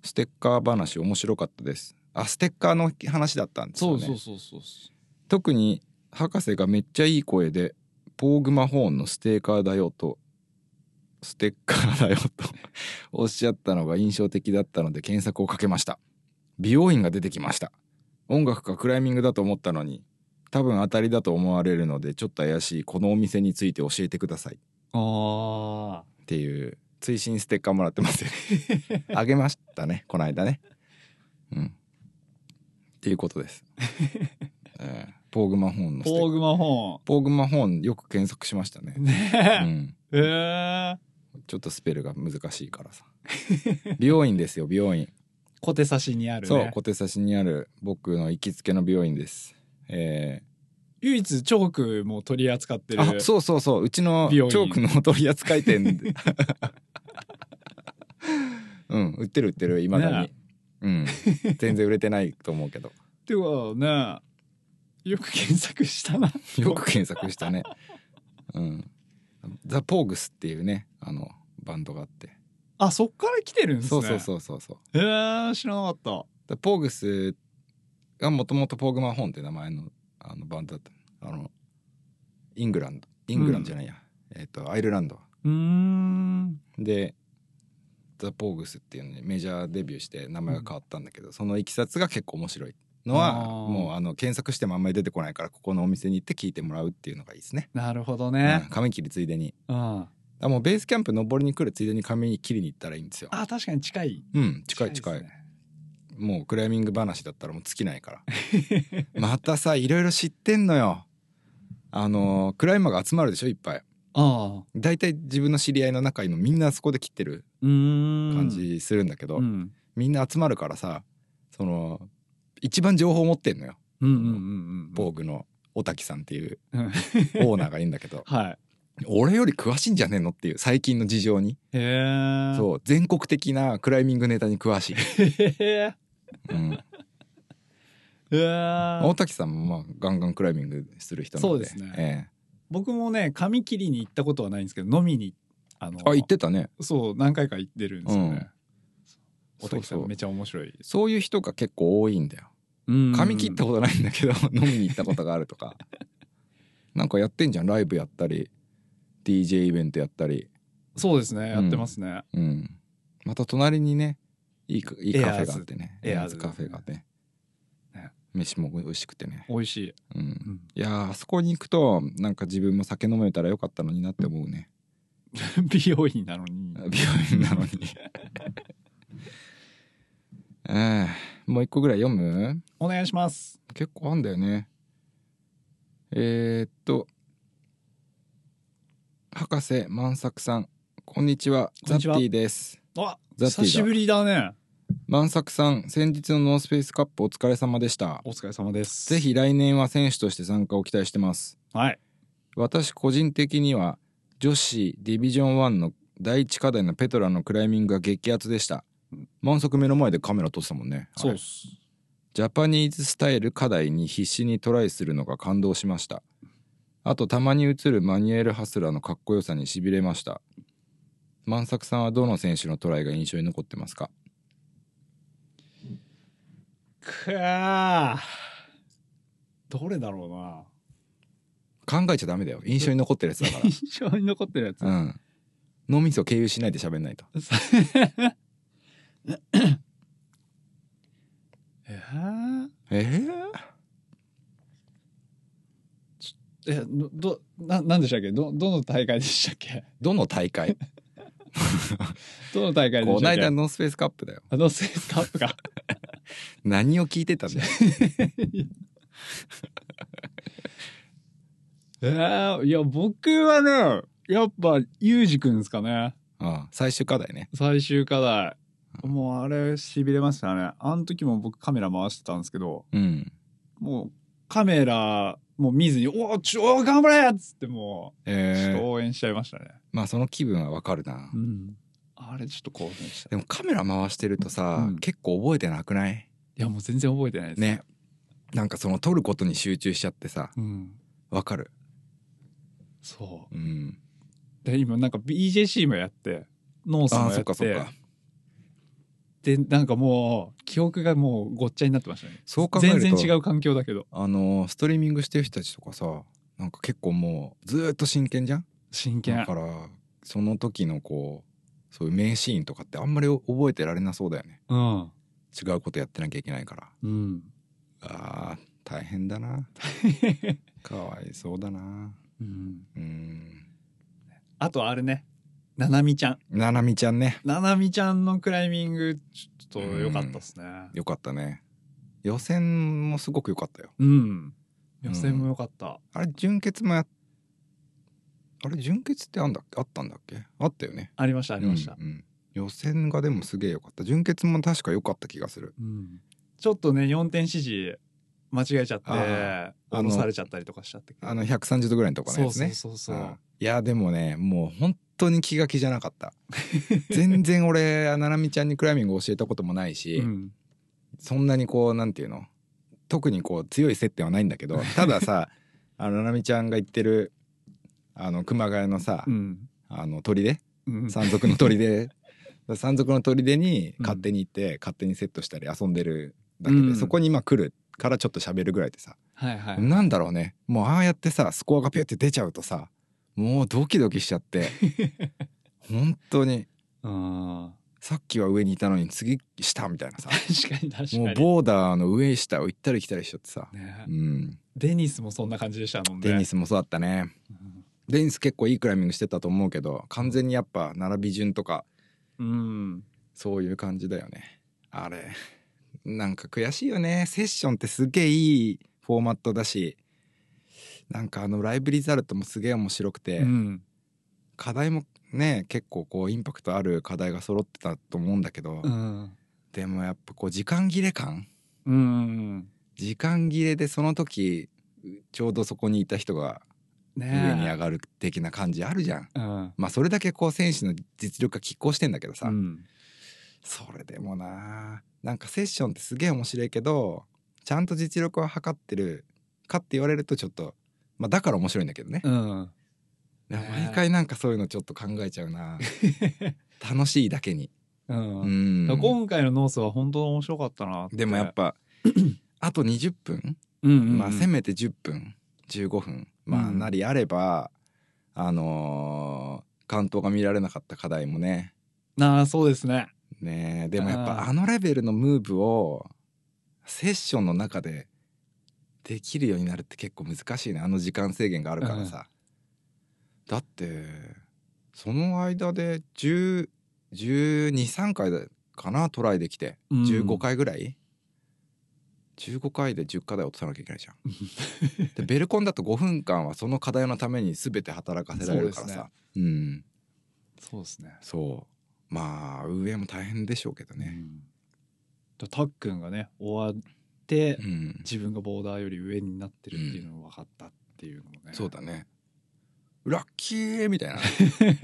ステッカー話面白かったですあステッカーの話だったんですよ
そ
ね
うそうそうそう。
特に博士がめっちゃいい声で「ポーグマホーンのステッカーだよ」と「ステッカーだよ」と おっしゃったのが印象的だったので検索をかけました美容院が出てきました音楽かクライミングだと思ったのに多分当たりだと思われるのでちょっと怪しいこのお店について教えてください
ああ。
っていう追伸ステッカーもらってますよねあげましたねこの間ねうんっていうことです、えーポーグマホーンのステッカ
ポーグマホ
ポーグマホーンよく検索しましたね
ーン。、ね
う
え。
ん、
ええ
ちょっとスペルが難しいからさ 美容院ですよ美容院、
小手差しにあるね。
そう小手差しにある僕の行きつけの美容院ですえ
唯一チョークも取り扱ってる。
ー、あそうそうそううちの
美
チ
容院
ョークの取り扱い店 でうん売ってる売ってるいまだに、
ね
うん全然売れてないと思う けど
ではね、よく検索した な。
よく検索したねうんザ・ポーグスっていうねあのバンドがあって、
あ、そっから来てるんです
そ
ね。
うそう
う。
そうそうそう
ええ知らなかった。
でポーグスがもともとポーグマホーンって名前のあのバンドだったあのイングランドイングランドじゃないや、えっ、とアイルランド
うーん。
でザ・ポーグスっていうのにメジャーデビューして名前が変わったんだけど、そのいきさつが結構面白いのは
あー
もうあの検索してもあんまり出てこないからここのお店に行って聞いてもらうっていうのがいいですね、
なるほど
うん
ね。
髪切りついでに
うん。
あもうベースキャンプ登りに来るついでに髪切りに行ったらいいんですよ
あ、確かに近い。
うん近い近
で
い
すね
もうクライミング話だったらもう尽きないから またさいろいろ知ってんのよあのークライマーが集まるでしょいっぱい
ああ。
大体自分の知り合いの中のみんなそこで切ってる
うーん。
感。じするんだけど、
うん。
みんな集まるからさその一番情報持ってんのよ
うんうんうんうん。
防具の小滝さんっていう
うん
オーナーがいいんだけど
はい。
俺より詳しいんじゃねえのっていう最近の事情に
へえ。
そう全国的なクライミングネタに詳しい、
へえ。
うん、
へえ。
大滝さんもまあガンガンクライミングする人なので
そうですね
ええ
僕もね髪切りに行ったことはないんですけど飲みにあの
あ言ってたね
そう何回か行ってるんですよね、
うん
おたきさん
そうそう
めちゃ面白いです
そういう人が結構多いんだよ髪切ったことないんだけど 飲みに行ったことがある とかなんかやってんじゃんライブやったり DJ イベントやったり
そうですねやってますね、
うんまた隣にねいいかいいカフェがあってね
エアーズ
カフェがね
ね
飯も美味しくてね
美味しい、
うん、
うん、
いやーあそこに行くとなんか自分も酒飲めたらよかったのになって思うね
美容院なのに
病院なのにえー、もう一個ぐらい読む
お願いします
結構あんだよねえー、っと博士万作さんこんにちは
こんにちは
ザッティです
あ
ザッティだ
久しぶりだね
万作さん先日のノースペースカップお疲れ様でした
お疲れ様です
ぜひ来年は選手として参加を期待してます
はい
私個人的には女子ディビジョン1の第一課題のペトラのクライミングが激アツでした満足目の前でカメラ撮ってたもんね
そう
あ
っ
れ
す
ジャパニーズスタイル課題に必死にトライするのが感動しました。あとたまに映るマニュエル・ハスラーのかっこよさにしびれました。万作さんはどの選手のトライが印象に残ってますか
くわーどれだろうな
考えちゃダメだよ。印象に残ってるやつだか
印象に残ってるやつ、
ら。 うん。脳みそ経由しないで喋んないと。
えー
え
えどどななんでしたっけどどの大会でしたっけ
どの大会
どの大会でしたっけ
この間ノースペースカップだよ。
あのセンスカップが
何を聞いてた んだよ。
えー、いや僕はねやっぱユージくんですかね
ああ最終課題ね。
最終課題もうあれしびれましたねあの時も僕カメラ回してたんですけど
うん。
もうカメラもう見ずに、おーちょおー頑張れっつってもう、ちょ
え
っと
ー、
応援しちゃいましたね。
まあその気分はわかるな、
うん。あれちょっと興奮した。い
でもカメラ回してるとさ、
うん
結構覚えてなくない
や、もう全然覚えてないです。
ねなんかその撮ることに集中しちゃってさ
うん。
わかる
そう。
うん
で今なんか BJC もやってノース
あ
も
あ
や
そっ
っ
かそってか
でなんかもう記憶がもうごっちゃになってましたね
そう考える
全
と
然違う環境だけど
あのストリーミングしてる人たちとかさなんか結構もうずーっと真剣じゃん
真剣
だからその時のこうそういう名シーンとかってあんまり覚えてられなそうだよね
うん
違うことやってなきゃいけないから
うん
あー大変 だなかわいそうだな
うん
うん
あとあれねななみちゃん
ななみちゃんね
ななみちゃんのクライミングちょっと良かったっすね
よかったね予選もすごく良かったよ
うん、予選も良かった、
あれ純潔もやっあれ純潔ってあんだっけあったんだっけあったよね
ありましたあ
あ
りました、
うんうん予選がでもすげえ良かった純潔も確か良かった気がする
うんちょっとね4点指示間違えちゃって
あーあ
落
の
とされちゃったりとかしちゃったけど
あの130度ぐらいのところの
そ
や
う
つ
そ
ね
うそうそう、
うんいやでもねもう本当に気が気じゃなかった 全然俺ななみちゃんにクライミング教えたこともないし、
うん
そんなにこうなんていうの特にこう強い接点はないんだけ どたださあのななみちゃんが言ってるあの熊谷のさ、
うん
あの砦
うん
山賊の 砦山賊の砦に勝手に行って、勝手にセットしたり遊んでるだけで、
うん
そこに今来るからちょっと喋るぐらいでさ、
はいはい
なんだろうねもうああやってさスコアがピュって出ちゃうとさもうドキドキしちゃって 本当に
うん
さっきは上にいたのに次下みたいなさ
確かに確かに
もうボーダーの上下を行ったり来たりしちゃってさ、
ね
うん、
デニスもそんな感じでしたもんね
デニスもそうだったねデニス結構いいクライミングしてたと思うけど完全にやっぱ並び順とか
うん
そういう感じだよねあれなんか悔しいよねセッションってすげえいいフォーマットだしなんかあのライブリザルトもすげえ面白くて、
うん
課題もね結構こうインパクトある課題が揃ってたと思うんだけど、
うん
でもやっぱこう時間切れ感
うん
時間切れでその時ちょうどそこにいた人が上に上
ね
がる的な感じあるじゃん。
えうん
まあそれだけこう選手の実力が拮抗してんだけどさ、
うん
それでもななんかセッションってすげえ面白いけどちゃんと実力は測ってるかって言われるとちょっと、まあ、だから面白いんだけどね、
うん
でも毎回なんかそういうのちょっと考えちゃうな楽しいだけ に、
う
うんん、
だから今回のノースは本当面白かったなて
でもやっぱあと20分、
うんうんうん
まあ、せめて10分15分、まあ、
うん
なりあれば、あのー関東が見られなかった課題もね
なあそうですね
ねえでもやっ
あ
ぱ
ー
あのレベルのムーブをセッションの中でできるようになるって結構難しいねあの時間制限があるからさ、だってその間で1 0 1 2回だかなトライできて
うん
15回ぐらい、15回で10課題落とさなきゃいけないじゃんでベルコンだと5分間はその課題のために全て働かせられるから
そう
さうん
そうですね
そうまあ運営も大変でしょうけどね、
うんだからたっくんがね終わって
うん、
自分がボーダーより上になってるっていうのが分かったっていうのもね
そうだねラッキー みたいな、
ね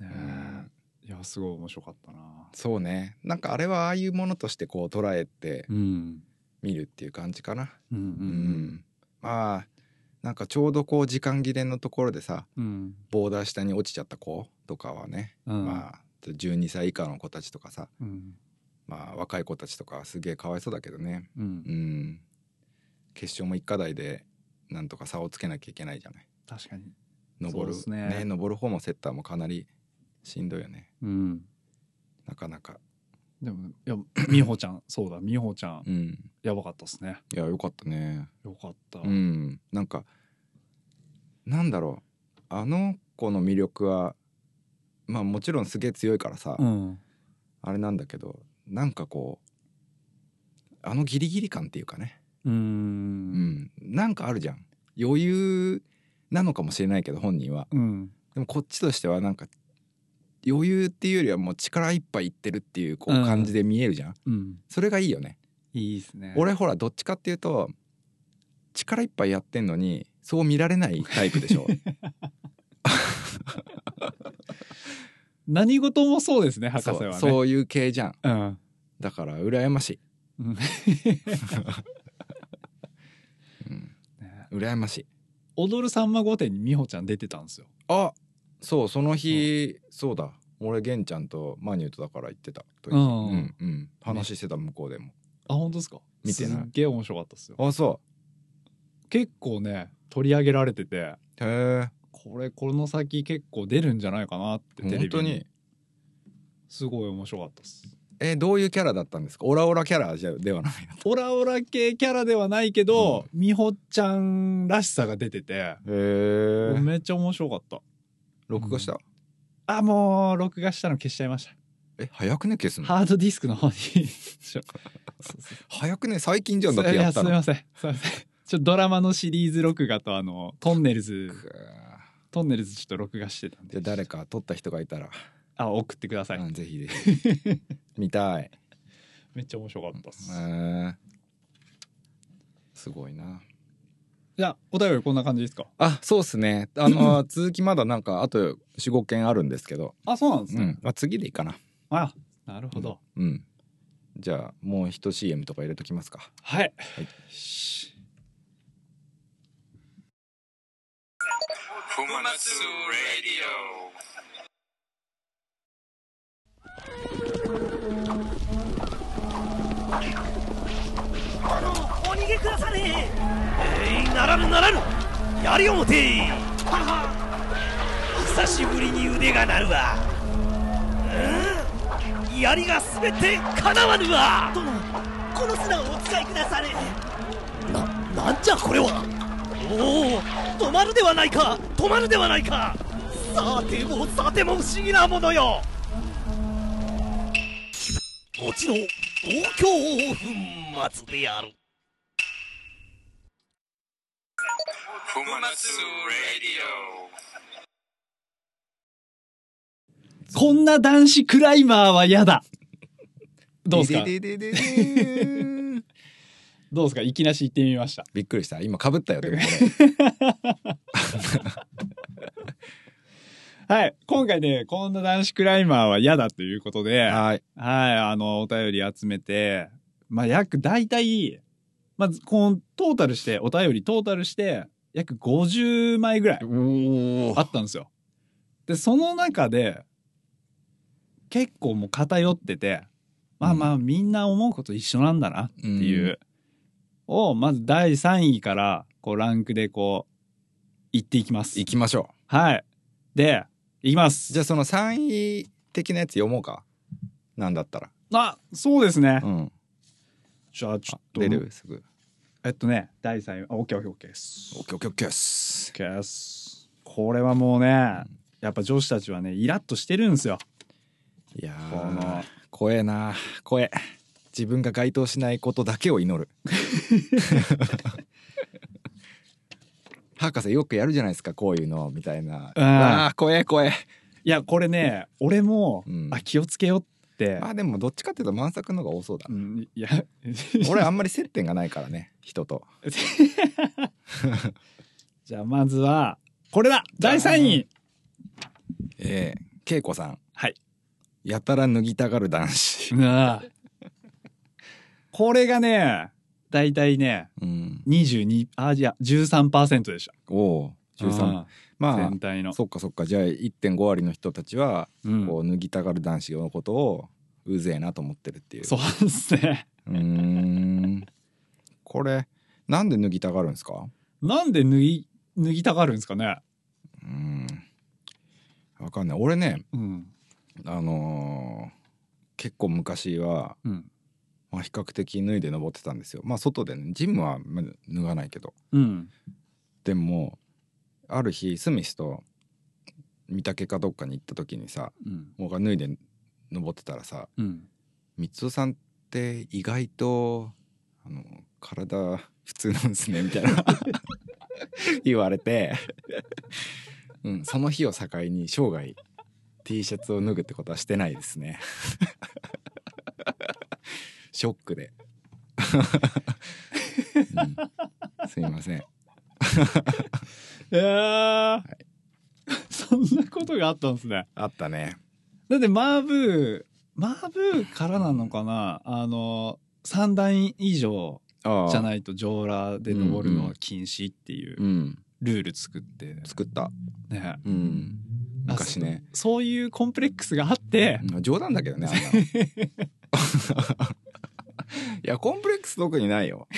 えいやすごい面白かったな
そうねなんかあれはああいうものとしてこう捉えて
うん
見るっていう感じかな
うんう
うん、
ん
まあなんかちょうどこう時間切れのところでさ
うんうん
ボーダー下に落ちちゃった子とかはね、
うん
まあ12歳以下の子たちとかさ
うん
まあ若い子たちとかはすげえかわいそうだけどね
うん
うん決勝も一課題でなんとか差をつけなきゃいけないじゃない
確かに
登
そうっ
る
すね
登る方もセッターもかなりしんどいよね
うん
なかなか
でもいや美穂ちゃんそうだ美穂ちゃん
うん
やばかったっすね
いやよかったね
よかった
うんなんかなんだろうあの子の魅力はまあもちろんすげえ強いからさ、
うん
あれなんだけどなんかこうあのギリギリ感っていうかね、
う
うんん、なんかあるじゃん余裕なのかもしれないけど本人は
うん
でもこっちとしてはなんか余裕っていうよりはもう力いっぱいいってるっていうこ
うん
う感じで見えるじゃん、
うん
それがいいよね
いいですね
俺ほらどっちかっていうと力いっぱいやってんのにそう見られないタイプ でしょ
何事もそうですね、博士
そ
は
う
ね。
そういう系じゃん
うん。
だから羨まし
うん
い、うん、羨ましい
踊るさんま御殿に美穂ちゃん出てたんですよ。
あそうその日、そうだ俺玄ちゃんとマニューとだから行ってたといううんうんうん話してた向こうでも、
あ、本当ですか
見てない
すっげえ面白かったですよ。
あそ
結構ね、取り上げられてて、
うへ
これ、この先結構出るんじゃないかなって、
え
テレビ
本当に。
すごい面白かったです。
えどういうキャラだったんですかオラオラキャラじゃではない
オラオラ系キャラではないけど、美穂ちゃんらしさが出てて、
へえ
めっちゃ面白かった。
録画した
あ、もう、録画したの消しちゃいました。
え早くね消すの
ハードディスクの 方に。ちょ
早くね最近じゃんだって
い
やった
すい
の
ません。すいません。ちょっとドラマのシリーズ録画とあの、トンネルズ、
くー
トンネルズちょっと録画してたんで。
じゃあ誰か撮った人がいたら、
あ、送ってください。
うんぜひぜひ 見たい、
めっちゃ面白かったっす。
えーすごいな
じゃあ、お便りこんな感じですか
あそうっすねあ の続きまだなんかあと45件あるんですけど、
あ、そうなんです
う
ね。
んまあ、次でいいかな
あ、なるほど。
うんじゃあもう一 CM とか入れときますか
はい。
お逃げくだされえいならぬならぬ槍を持てはは久しぶりに腕が鳴るわうん槍がすべてかなわぬわ殿この砂をお使いくだされな、なんじゃこれはおお止まるではないか止まるではないかさてもさても不思議なものよちの東京粉末である
こんな男子クライマーは嫌 だ。どうですか
でででででー ん
どうですかいきなし行ってみました。
びっくりした今かぶったよでもこ
はい。今回ね、こんな男子クライマーは嫌だということで、
れ
は
はい
い。あの、お便り集めて、まあ、約大体、まず、このトータルして、お便りトータルして、約50枚ぐらいあったんですよ。で、その中で、結構もう偏ってて、まあまあ、みんな思うこと一緒なんだな
って
っていう、をまず第3位からこうランクでこう行っていきます
行きましょ
はいでいきま
う
す
じゃあその3位的なやつ読もうかなんだったら
あそうですね、
うん
じゃあちょっと
出るすぐ
えっとね第3位あオッケーオッケーオッケーです
オッケーオッケーオッケーっす
オッケーですこれはもうねやっぱ女子たちはねイラッとしてるんですよ
いやー
この
怖えな怖え自分が該当しないことだけを祈る 博士よくやるじゃないですかこういうのみたいな
うん
あー怖え怖え
いやこれね俺も、
うん
あ気をつけようって、
まあでもどっちかっていうと満作の方が多そうだ
う
なん
いや
俺あんまり接点がないからね人と
じゃあまずはこれだ第3位
ええ恵子さん
はい
やたら脱ぎたがる男子
なあ。これがね、だいたいね、
うん
22、あ、じゃあ13%でした。
おお13ま
全体
あ
の。
そっかそっかじゃあ1.5割の人たちは
うん
こう脱ぎたがる男子のことをうぜえなと思ってるっていう
そうですね。
うーんこれなんで脱ぎたがるんですか
なんで脱ぎ、脱ぎたがるんですかね。
うーんわかんない俺ね
うん。
あのー結構昔は、
うん。
まあ、比較的脱いで登ってたんですよまあ外でねジムはまあ脱がないけど
うん。
でもある日スミスと御嶽かどっかに行った時にさ
うん。
僕が脱いで登ってたらさ
うん。
光代さんって意外とあの体普通なんですねみたい な言われて、うん、その日を境に生涯 T シャツを脱ぐってことはしてないです ねショックで、うんすいません
えー そんなことがあったんですね。
あったね
だってマーブー、マーブーからなのかなあの、3段以上
ああ
じゃ
い
ないと上裸で登るのは禁止っていううんルール作って、
作った
ね。
うん昔ね
そういうコンプレックスがあって、
うん冗談だけどねあんなのい やコンプレックス特にないよ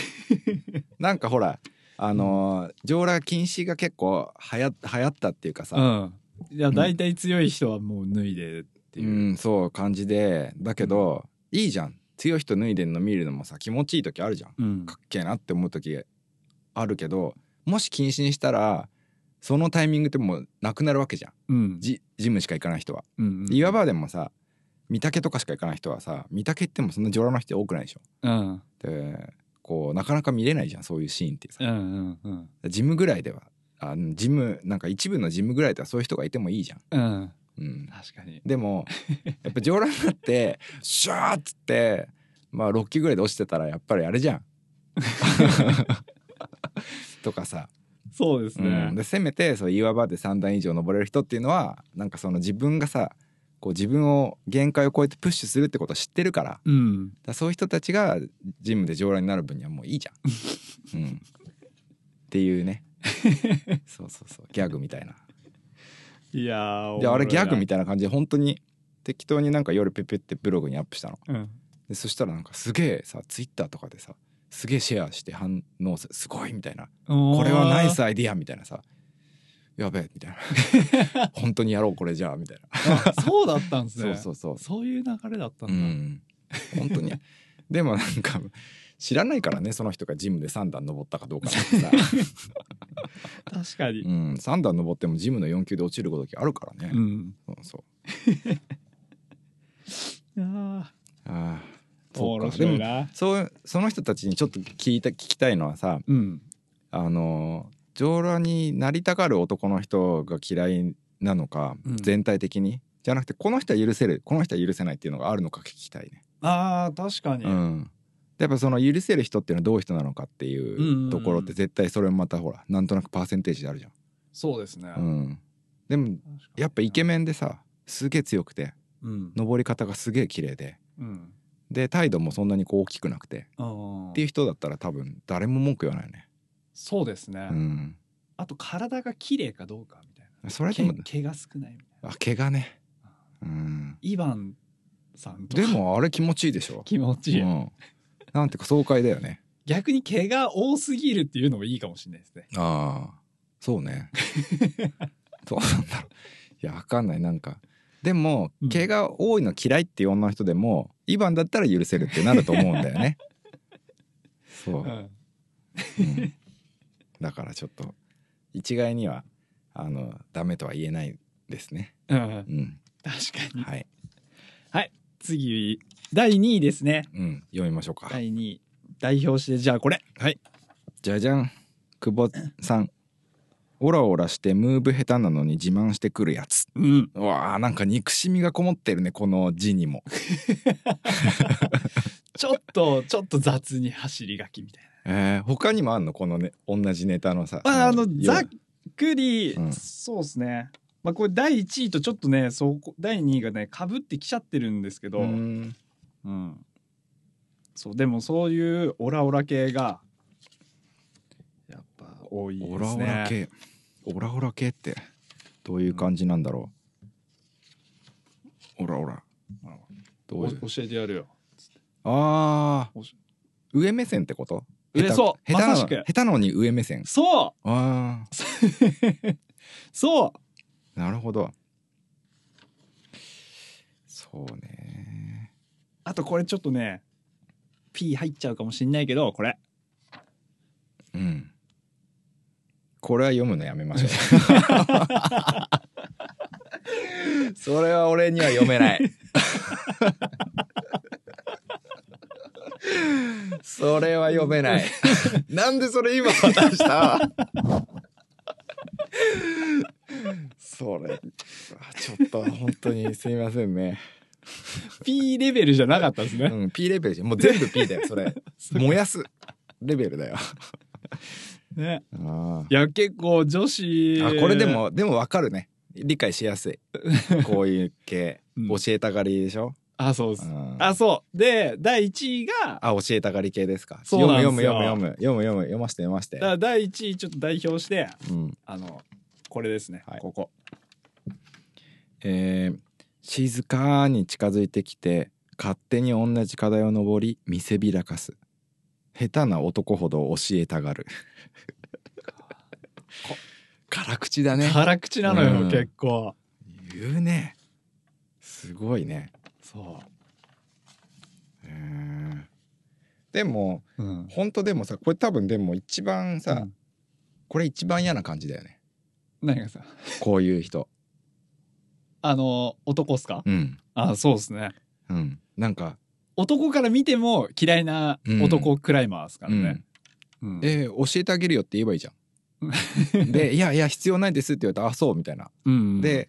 なんかほらあのー上裸禁止が結構はや流行ったっていうかさ、
うん。いや、大体強い人はもう脱いでっていう。
うん、そう感じでだけど、いいじゃん強い人脱いでんの見るのもさ気持ちいい時あるじゃん
うん
かっけえなって思う時あるけどもし禁止にしたらそのタイミングってもうなくなるわけじゃん
うん。
ジジムしか行かない人は、
うん。
いわばでもさ見たとかしか行かない人はさ見たけってもそんな上裸の人多くないでしょ
うん。
でこうなかなか見れないじゃんそういうシーンってさ
うん。うん。うん。
ジムぐらいではあジムなんか一部のジムぐらいではそういう人がいてもいいじゃん、
うん。
うん、
確かに。
でもやっぱ上裸に なってシャーっつってまあ6期ぐらいで落ちてたらやっぱりあれ じゃん。とかさ、
そうです
うん
ね。
でせめてそう岩場で3段以上登れる人っていうのはなんかその自分がさこう自分を限界を超えてプッシュするってことを知ってるからだか
うん。
らそういう人たちがジムで上裸になる分にはもういいじ ゃん。うん、っていうねそうそうそうギャグみたいな。
いやー
であれギャグみ
た
たいな感じで本当に適当になんか夜ピュピュってブログにアップしたの
いな。うん。
でそしたらなんかすげえさツイッターとかでさすげえシェアして反応すすごいみたいなこ
こ
れはナイスアイディアみたいなさやべえみたいな本当にやろうこれじゃあみたいな
そうだったんです
そ
ね
うそうそう
そういう流れだった
うん
だ、
ん本当にでもなんか知らないからねその人がジムで3段登ったかどうかなんてさ、
確か
う
に、
ん、3段登ってもジムの4級で落ちることあるからね、
うん、
そうそう
あ
ああ
あ面白いな
そうその人たちにちょっと聞いた聞きたいのはさ
うん
あの上裸になりたがる男の人が嫌いなのか、
うん
全体的にじゃなくてこの人は許せるこの人は許せないっていうのがあるのか聞きたいね。
あー確かに、
うん、でやっぱその許せる人っていうのはどういう人なのかって
んうんう
い
ん
うところって絶対それもまたほらなんとなくパーセンテージであるじゃ
そうですね、
ん。うん、でもやっぱイケ
ン
メンでさすげえ強くて
うん、
登り方がすげえ綺麗で
うん、
で態度もそんなにこう大きくなくて
あ
っていう人だったら多分誰も文句言わないよね。
そうですね、
うん、
あと体が綺麗かどうかみたい
それ
な
で
毛
も
毛が少ないみたいな
あ毛がね、うん、
イバンさんとか
でもあれ気持ちいいでしょ
気持ちいい、
うん、なんていうか爽快だよね
逆に毛が多すぎるっていうのもいいかもしれないですね
ああそ うねどうなんだろういやわかんないなんかでも
うん
毛が多いの嫌いっていう女の人でもイバンだったら許せるってなると思うんだよ ねそう、
うん
うんだからちょっと一概にはあのダメとは言えないですね
うん、
うん
確かに
はい、
次第2位ですね
うん、読みましょうか、
第2位代表してじゃあこれはい
じゃじゃん久保さんオラオラしてムーブ下手なのに自慢してくるやつ
うん
うわあなんか憎しみがこもってるねこの字にも
ちょっと、ちょっと雑に走り書きみたい
えー、他にもあんのこのね同じネタのさ
な。まあ、あの、
要
ざっくり、
うん
そうですね。まあ、これ第1位とちょっとね、そうこ第2位がね、かぶってきちゃってるんですけど、
う
うん。
ん
そう、でもそういうオラオラ系が、やっぱ多いですね。
オラオラ。系オラオラ系ってどういう感じなんだろうオラオラどういう
教えてやるよ。
あー
おし
上目線ってこと
え
下手
そう
下手な
ま
の
さしく
下手なのに上目線
そ
ああ
うそ
なるほど。そうね。
うあとこれちょっとね、P 入っちゃうかもしんないけど、これ。
うん。これは読むのやめましょう。 それは俺には読め ない。それは読めない。 なんでそれ今渡したそれ、あちょっと本当にすいませんね。
P レベルじゃなかったですね。
うん、P レベルじゃんもう全部 P だよ、それ。燃やすレベルだよ。
ね。
あ
いや、結構女子。
ーあこれで。もでもわかるね理解しやすい こういう系
うん
教えたがりでしょ、
あ、そうで
う
す。
ん、
あ、そう。で、第1位が、
あ教えたがり系ですか
そうなんですよ
読む読む読む読む読む読まして読まして
だから第1位ちょっと代表して、
うん
あの、これですね。
はい
ここ。
えー静かに近づいてきて勝手に同じ課題を登り見せびらかす下手な男ほど教えた がる辛口だね
辛口なのよ、
うん
結構。
言うねすごいね
そ
うーんでも
う。うん。
本当でもさこれ多分でも一番さ、
うん
これ一番嫌な感じだよね
何がさ、
こういう人
あの、男っすか
うん
あ、そうですね。
うんなんか、
男から見ても嫌いな男クライマーですからね。うん
えー教えてあげるよって言えばいいじゃ んでいやいや必要ないですって言われたらあそうみたいな
うん、
で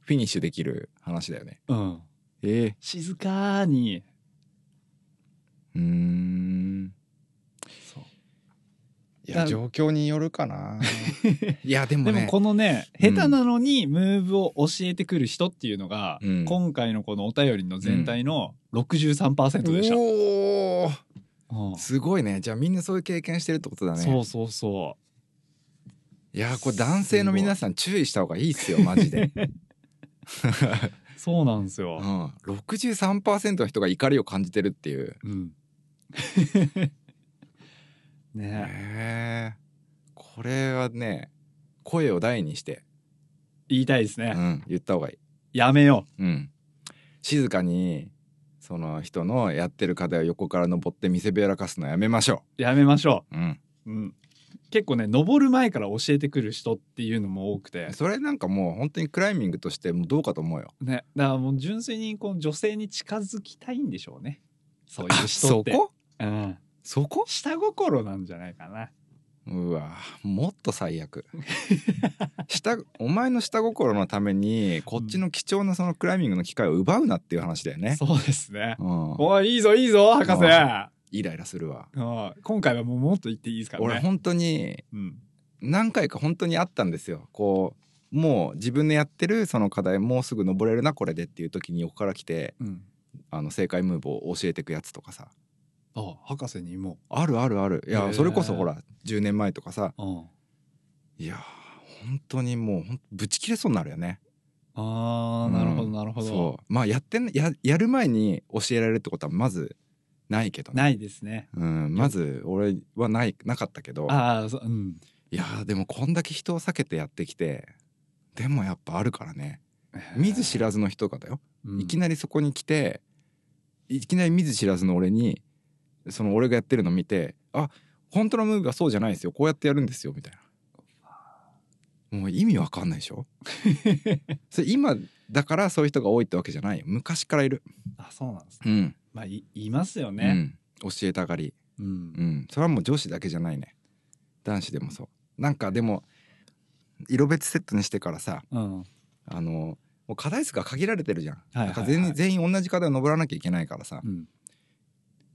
フィニッシュできる話だよね
うん、
え
静かに
うーんいや
だ
状況による かないやでも
で
ね
もこのね、
うん
下手なのにムーブを教えてくる人っていうのが、
うん
今回のこのお便りの全体の63%でした、
おー
うん
すごいねじゃあみんなそういう経験してるってことだね
そうそうそ
いやーこれ男性の皆さん注意した方がいいっすよマジで、
うそうなんです
う
よ、
ん、63%の人が怒りを感じてるっていう
うん、 ね
へえこれはね声を大にして、
言いたいです
う
ね、
ん、言った方がいい
やめよ
うん、静かにその人のやってる課題を横から登って見せびらかすのやめましょ
うやめましょ
う、うん、
う、うん、結構ね登る前から教えてくる人っていうのも多くて
それなんかもう本当にクライミングとしてもどうかと思うよ
ねだからもう純粋にこの女性に近づきたいんでしょうねそういう人って
そこ
うん、
そこ
下心なんじゃないかな
うわもっと最悪 下お前の下心のためにこっちの貴重なそのクライミングの機会を奪うなっていう話だよね、
そうですね。
うん、
おい、いいぞ、いいぞ、博士。
あイライラするわ、
うん今回はもうもっと言っていいですから
俺
ね。
本当に
うん。
何回か本当にあったんですよこうもう自分のやってるその課題もうすぐ登れるなこれでっていう時に横から来て
うん。
あの正解ムーブを教えてくやつとかさ
あ、博士にも
あるあるあるい
へ
や
ー
それこそほら10年前とかさ
う。うん。
いや本当にもうほんぶち切れそうになるよね
あー、なるほど、なるほど。
そうまあやってんややる前に教えられるってことはまずないけどね
ないですね。
うん、まず俺はないなかったけど
あー、そううん。
いやーでもこんだけ人を避けてやってきてでもやっぱあるからね見ず知らずの人がだよ
うん
いきなりそこに来ていきなり見ず知らずの俺にその俺がやってるの見て「あ本当のムーブはそうじゃないですよこうやってやるんですよ」みたいなもう意味わかんないでしょ それ今だからそういう人が多いってわけじゃないよ昔からいる
あ、そうなんですね。
うん、
まあ、い、いますよね。
うん、教えたがり
うん。
うんそれはもう女子だけじゃないね男子でもそうなんかでも色別セットにしてからさ
うん。
あのもう課題数が限られてるじゃん,、
はいはいはい
なんか全員全員同じ課題を登らなきゃいけないからさ、
うん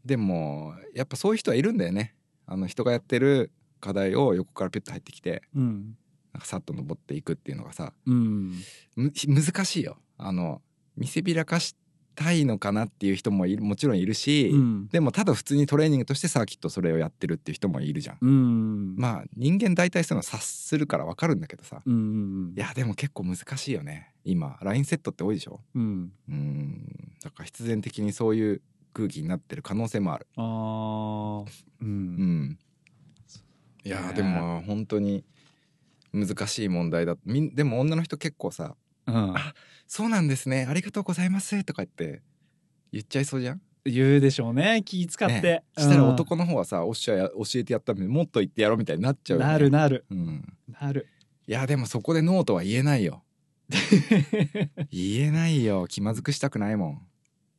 でもやっぱそういう人はいるんだよねあの人がやってる課題を横からピュッと入ってきて
うん。
なんかさっと登っていくっていうのがさ
うん。
む難しいよあの見せびらかしたいのかなっていう人もいるもちろんいるし、
うん。
でもただ普通にトレーニングとしてサーキットそれをやってるっていう人もいるじゃん、
うん。
まあ人間大体そういうの察するからわかるんだけどさ
うんうん
いやでも結構難しいよね今ラインセットって多いでしょ
うん。うん。
うんだから必然的にそういう空気になってる可能性もある
あー。う。
うんんいや
ね
ーでも本当に難しい問題だみんでも女の人結構さ
うん。
「そうなんですねありがとうございます」とか言って言っちゃいそうじゃん、
言うでしょうね。気使っ
ね
て。
したら
うん
男の方はさ「おっしゃや教えてやったのにもっと言ってやろ」うみたいになっちゃうよね
なるなる。
うん、
なる。
いやでもそこでノーとは言えないよ言えないよ気まずくしたくないもん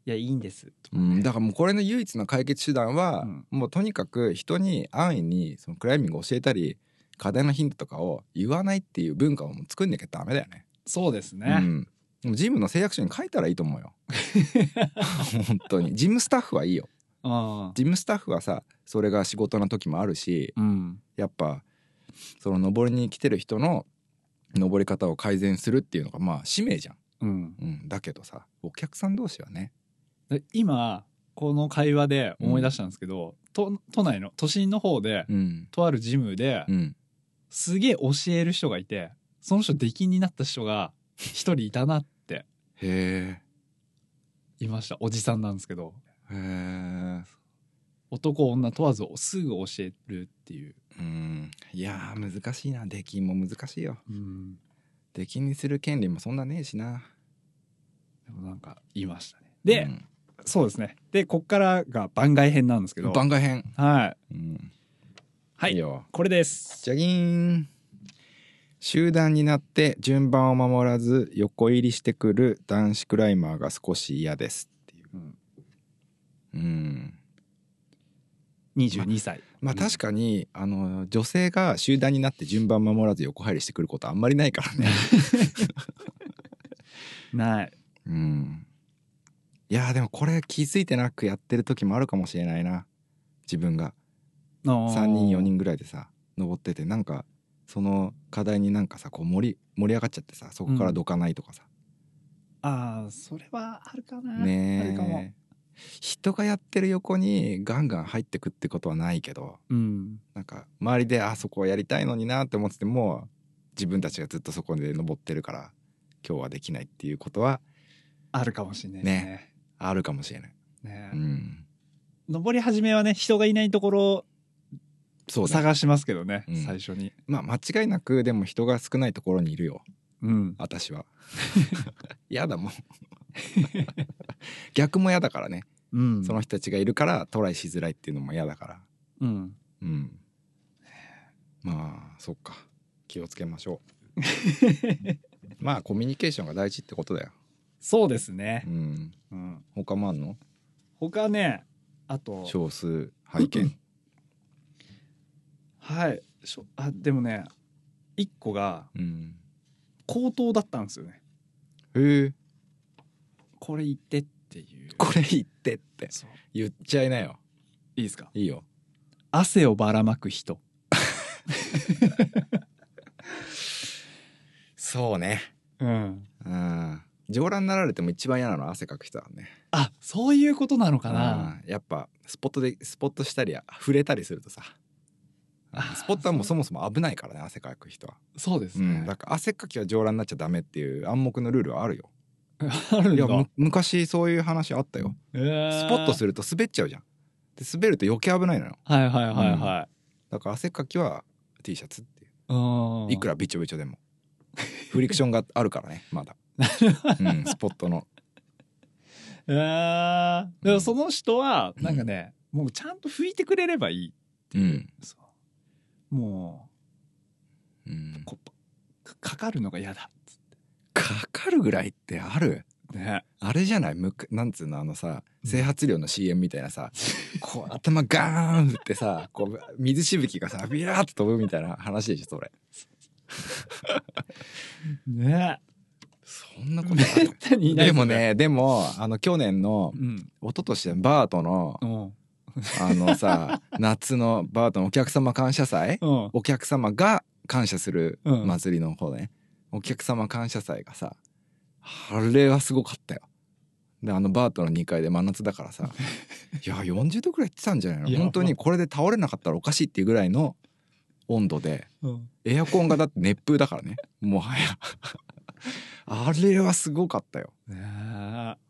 いや、いいんです。
うん、だからもうこれの唯一の解決手段は、
うん
もうとにかく人に安易にそのクライミングを教えたり課題のヒントとかを言わないっていう文化をもう作んなきゃダメだよね。
そうです
う
ね。
ん、でもジムの誓約書に書いたらいいと思 うよ。本当にジムスタッフはいいよ。
うん。
ジムスタッフはさそれが仕事の時もあるし
うん。
やっぱその登りに来てる人の登り方を改善するっていうのがまあ使命じゃん、
うん、
うん、だけどさお客さん同士はね
で今この会話で思い出したんですけど、都都内の都心の方で、
うん
とあるジムで、
うん
すげえ教える人がいてその人出禁になった人が一人いたなって
へ
いましたおじさんなんですけど
えへえ
男女問わずすぐ教えるっていう、
うんいやー難しいな出禁も難しいよ
うん、
出禁にする権利もそんなねえしな
でもなんか言いましたねで、
うん
そうですねでこっからが番外編なんですけど
番外編、
はい
うん、
はい
よ
これです
じゃぎーん集団になって順番を守らず横入りしてくる男子クライマーが少し嫌ですっていう
うん
うん
22歳
まあ確かに、あの女性が集団になって順番守らず横入りしてくることあんまりないからね
ない
うんいやーでもこれ気づいてなくやってる時もあるかもしれないな自分が3
3
人4人ぐらいでさ登っててなんかその課題になんかさこう盛り盛り上がっちゃってさそこからどかないとかさ、
ああそれはあるかなあるかも
ねえ人がやってる横にガンガン入ってくってことはないけど
うん
なんか周りであそこをやりたいのになって思ってても自分たちがずっとそこで登ってるから今日はできないっていうことは
あるかもしれないですね
ねあるかもしれない。
ね
うん、
登り始めはね人がいないところ
そうね、
探しますけどね、
うん
最初に
まあ間違いなくでも人が少ないところにいるよ
うん
私は。 やだ もん逆も嫌だからね、
うん
その人たちがいるからトライしづらいっていうのも嫌だから。
うん
うん。まあ、そっか。気をつけましょ う。まあ、コミュニケーションが大事ってことだよ。
そうです
う
ね、
ん。
うん、
他もあんの
他ねあと
少数拝見。
はいしょあでもね一個が
うん。
口頭だったんですよね
へえ。
これ言ってっていう
これ言ってって。
そう
言っちゃいなよ。
いいですか
いいよ。
汗をばらまく人
そうね。
うん
うん。上覧になられても一番嫌なのは汗かく人だね。
あそういうことなのかな
うんやっぱ、スポットで、スポットしたり、触れたりするとさ。スポットはもうそもそも危ないからね、汗かく人は。
そうです
う
ね、
ん、だから汗っかきは上覧になっちゃダメっていう暗黙のルールはあるよ。
あるん
いや
だ
む昔そういう話あったよ。
ス
スポッとす
る
ると滑っちゃうじゃん。で滑ると余計危ないのよ。
はいはいはいは
だから汗っかきは T シャツっていう。
い、うん
いくらびちょびちょでも。フリクションがあるからね まだ。うん、スポットの。
あーでもその人はなんかね、もうちゃんと拭いてくれればいい、
うん。
そうも
うん
う、こかかかるのが嫌だっつっ
かかるぐらいってある
てね
あれじゃないむくなんつうのあのさ整髪料の CM みたいなさこう頭ガーンってさこう水しぶきがさビラーって飛ぶみたいな話でしょそれ。
ね
そんなことある
手 にいない
でもねでもあの去年の
うん
一昨年だバートの
うん
あのさ 夏のバートのお客様感謝祭
うん
お客様が感謝する
うん
祭りの方ね、お客様感謝祭がさあれはすごかったよであのバートの2階で真夏だか らさいや40度くらいいってたんじゃない
い
の
や
本当にこれで倒れなかったらおかしいっていうぐらいの温度で
うん
エアコンがだって熱風だからねもはや あれはすごかったよ
ね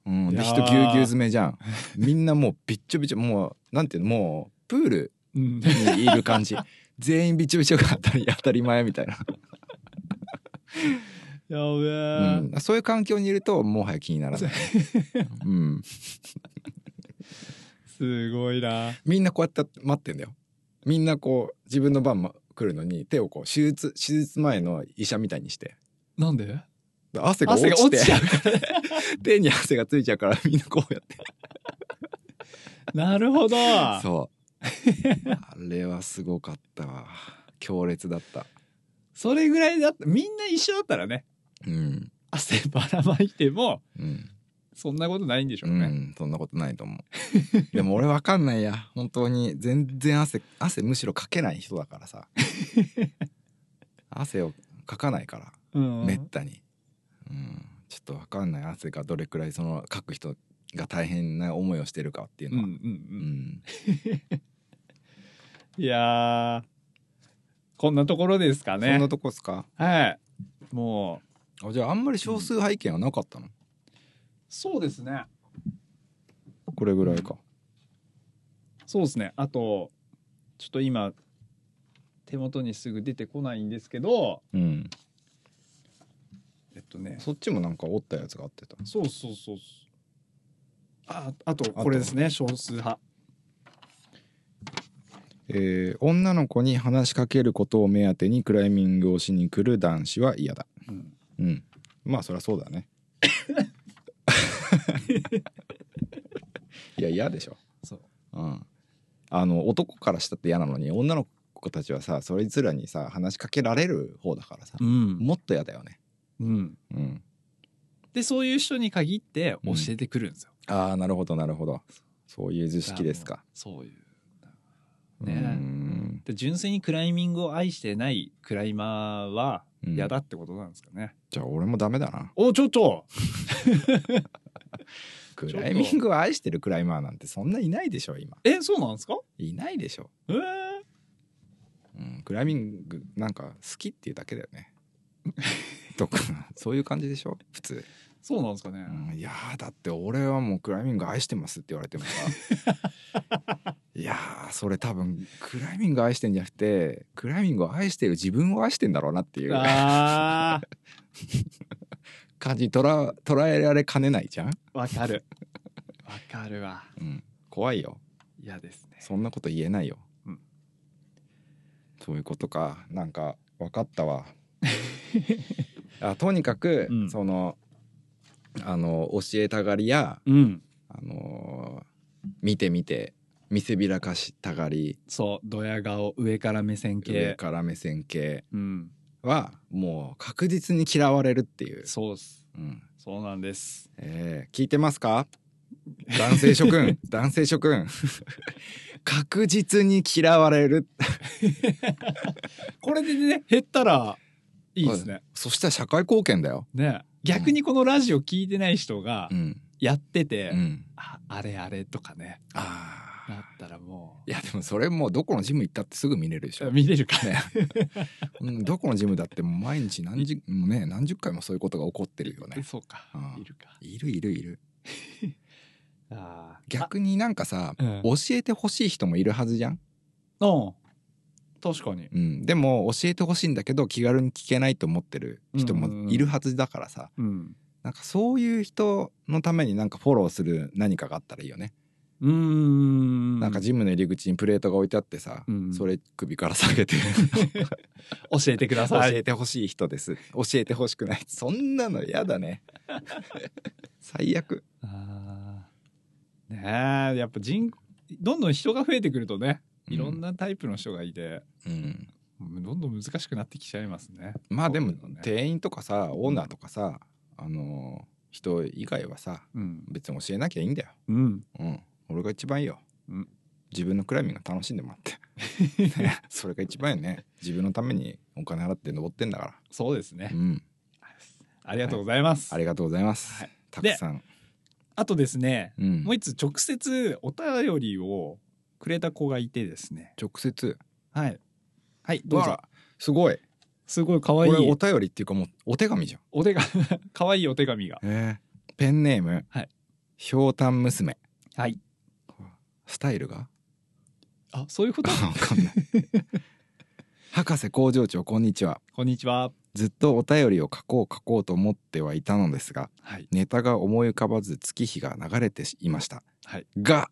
うん、
い
で
やー
人ぎゅうぎゅう詰めじゃんみんなもうびっちょびちょもうなんていうのもうプール
うん
にいる感 じ全員びっちょびちょが当たり当たり前みたいな、
やべえ、
うん、そういう環境にいるともはや気にならない、うん、
すごいな
みんなこうやって待ってんだよみんなこう自分の番来るのに手をこう手術手術前の医者みたいにして
なんで
汗が落
汗が
ち
落
て
ちちゃう
手に汗がついちゃうからみんなこうやって
なるほど
そう あれはすごかったわ強烈だった
それぐらいだったみんな一緒だったらね
うん
汗ばらまいても
うん
そんなことないんでしょう
う
ね、
ん、そんなことないと思う でも俺わ かんないや本当に全然汗汗むしろかけない人だからさ汗をかかないから、
うん
めったに、うん、ちょっとわかんない汗がどれくらいその書く人が大変な思いをしてるかっていう
うんう
のは、
んう
うんん
いやーこんなところですか
そん
ね
なとこっすか
はいもう
あじゃああんまり少数拝見はなかったの、
そうですね
これぐらいか
そうですねあとちょっと今手元にすぐ出てこないんですけど
うん
えっとね
そっちもなんか折ったやつがあってた
そうそうそうそうああとこれですね少数派
えー女の子に話しかけることを目当てにクライミングをしに来る男子は嫌だ
うん
うんまあそりゃそうだ ねいや嫌でしょ
そう
うん、あの男からしたって嫌なのに女の子たちはさそいつらにさ話しかけられる方だからさ、
ん、
もっと嫌だよね、
うん、
うん、
でそういう人に限って教えてくるんですよ、
ああなるほどなるほどそういう図式ですか
そういう
う
ね
ん
で純粋にクライミングを愛してないクライマーは
うん
嫌だってことなんですかね、
じゃあ俺もダメだな
おちょっと
クライミングを愛してるクライマーなんてそんないないでしょ今
えそうなんですか
いないでしょ、
えー、
うん、クライミングなんか好きっていうだけだよね とかそういう感じでしょ普通
そうなんですかね、
うんいやーだって俺はもうクライミング愛してますって言われてもさいやーそれ多分クライミング愛してんじゃなくてクライミングを愛してる自分を愛してんだろうなっていう
あ
感じにとら捉えられかねないじゃん、
ーわか るわかるわ
うん、怖いよ
嫌ですね
そんなこと言えないよ、
うん
そういうことかなんか分かっ たわあとにかく、
うん
そのあの教えたがりや
うん
あのー見て見て見せびらかしたがり
そうドヤ顔上から目線
上
系
から目線系
うん
はもう確実に嫌われるっていう、
そうっす
うん
そうなんです
えー聞いてますか男性 諸君男性諸君確実に嫌われる
これでね減ったらいいですね
そしたら社会貢献だよ、
ね逆にこのラジオ聞いてない人が
うん
やって
う
て、
ん、
ああれあれとかね
あ
なっ
あ
たらも
いやでもそれもうどこのジム行ったってすぐ見れるでし
う
ょ、
見れるかね
ね うん、どこのジムだってもう毎日何十もうね何十回もそういうことが起こってるよね
そうか、
うん
いるか
いるいるいる
あー
逆になんかさ、
うん
教えてほしい人もいるはずじゃん、
あうん確かに
うん、でも教えてほしいんだけど気軽に聞けないと思ってる人もいるはずだからさ、
うん
なんかそういう人のためになんかフォローする何かがあったらいいよね、
うーん
なんかジムの入り口にプレートが置いてあってさ、
うん
それ首から下 げて
教えてくだ
教
さい
えてほしい人です教えてほしくないそんなの嫌だね 最悪
あーねえやっぱ人どんどん人が増えてくるとねいろん、なタイプの人がいて、
うん、
どんどん難しくなってきちゃいますね
まあで
そ
も
ういうのね
店員とかさオーナーとかさ、あのー人以外はさ
うん
別に教えなきゃいいんだよ
うん
うん、俺が一番いいよ、
うん
自分のクライミング楽しんでもらって それが一番よね自分のためにお金払って登ってんだか
そうですね、
ら、うん、
ありがとうございます、
ありがとうございます、
はい
たくさん、
あとですね
うん
もう一つ直接お便りをくれた子がいてですね
直接
はいはいどう
わ
ぞ
あすごい
すごい可
こ
愛
れお
い
便りっていうかもうお手紙じゃ
お手が 可愛いお手紙が
ん、ペンネーム、
はい
ひょうたん娘
はい
スタイルが
あそういうこと
わかんない博士工場長こんにちは
こんにちは
ずっとお便りを書こう書こうと思ってはいたのですが
はい
ネタが思い浮かばず月日が流れていました、
はい
が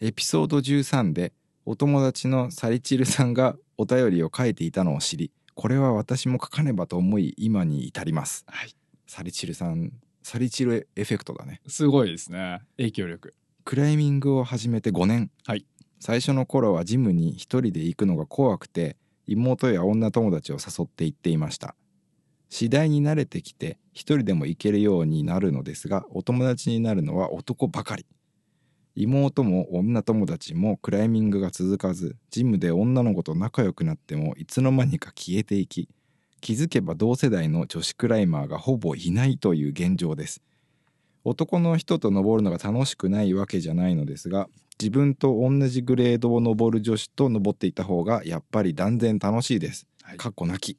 エピソード13でお友達のサリチルさんがお便りを書いていたのを知りこれは私も書かねばと思い今に至ります、
はい
サリチルさんサリチルエフェクトだね
すごいですね影響力
クライミングを始めて5年、
はい
最初の頃はジムに一人で行くのが怖くて妹や女友達を誘って行っていました次第に慣れてきて一人でも行けるようになるのですがお友達になるのは男ばかり妹も女友達もクライミングが続かずジムで女の子と仲良くなってもいつの間にか消えていき気づけば同世代の女子クライマーがほぼいないという現状です男の人と登るのが楽しくないわけじゃないのですが自分と同じグレードを登る女子と登っていた方がやっぱり断然楽しいです、
はい
かっこなき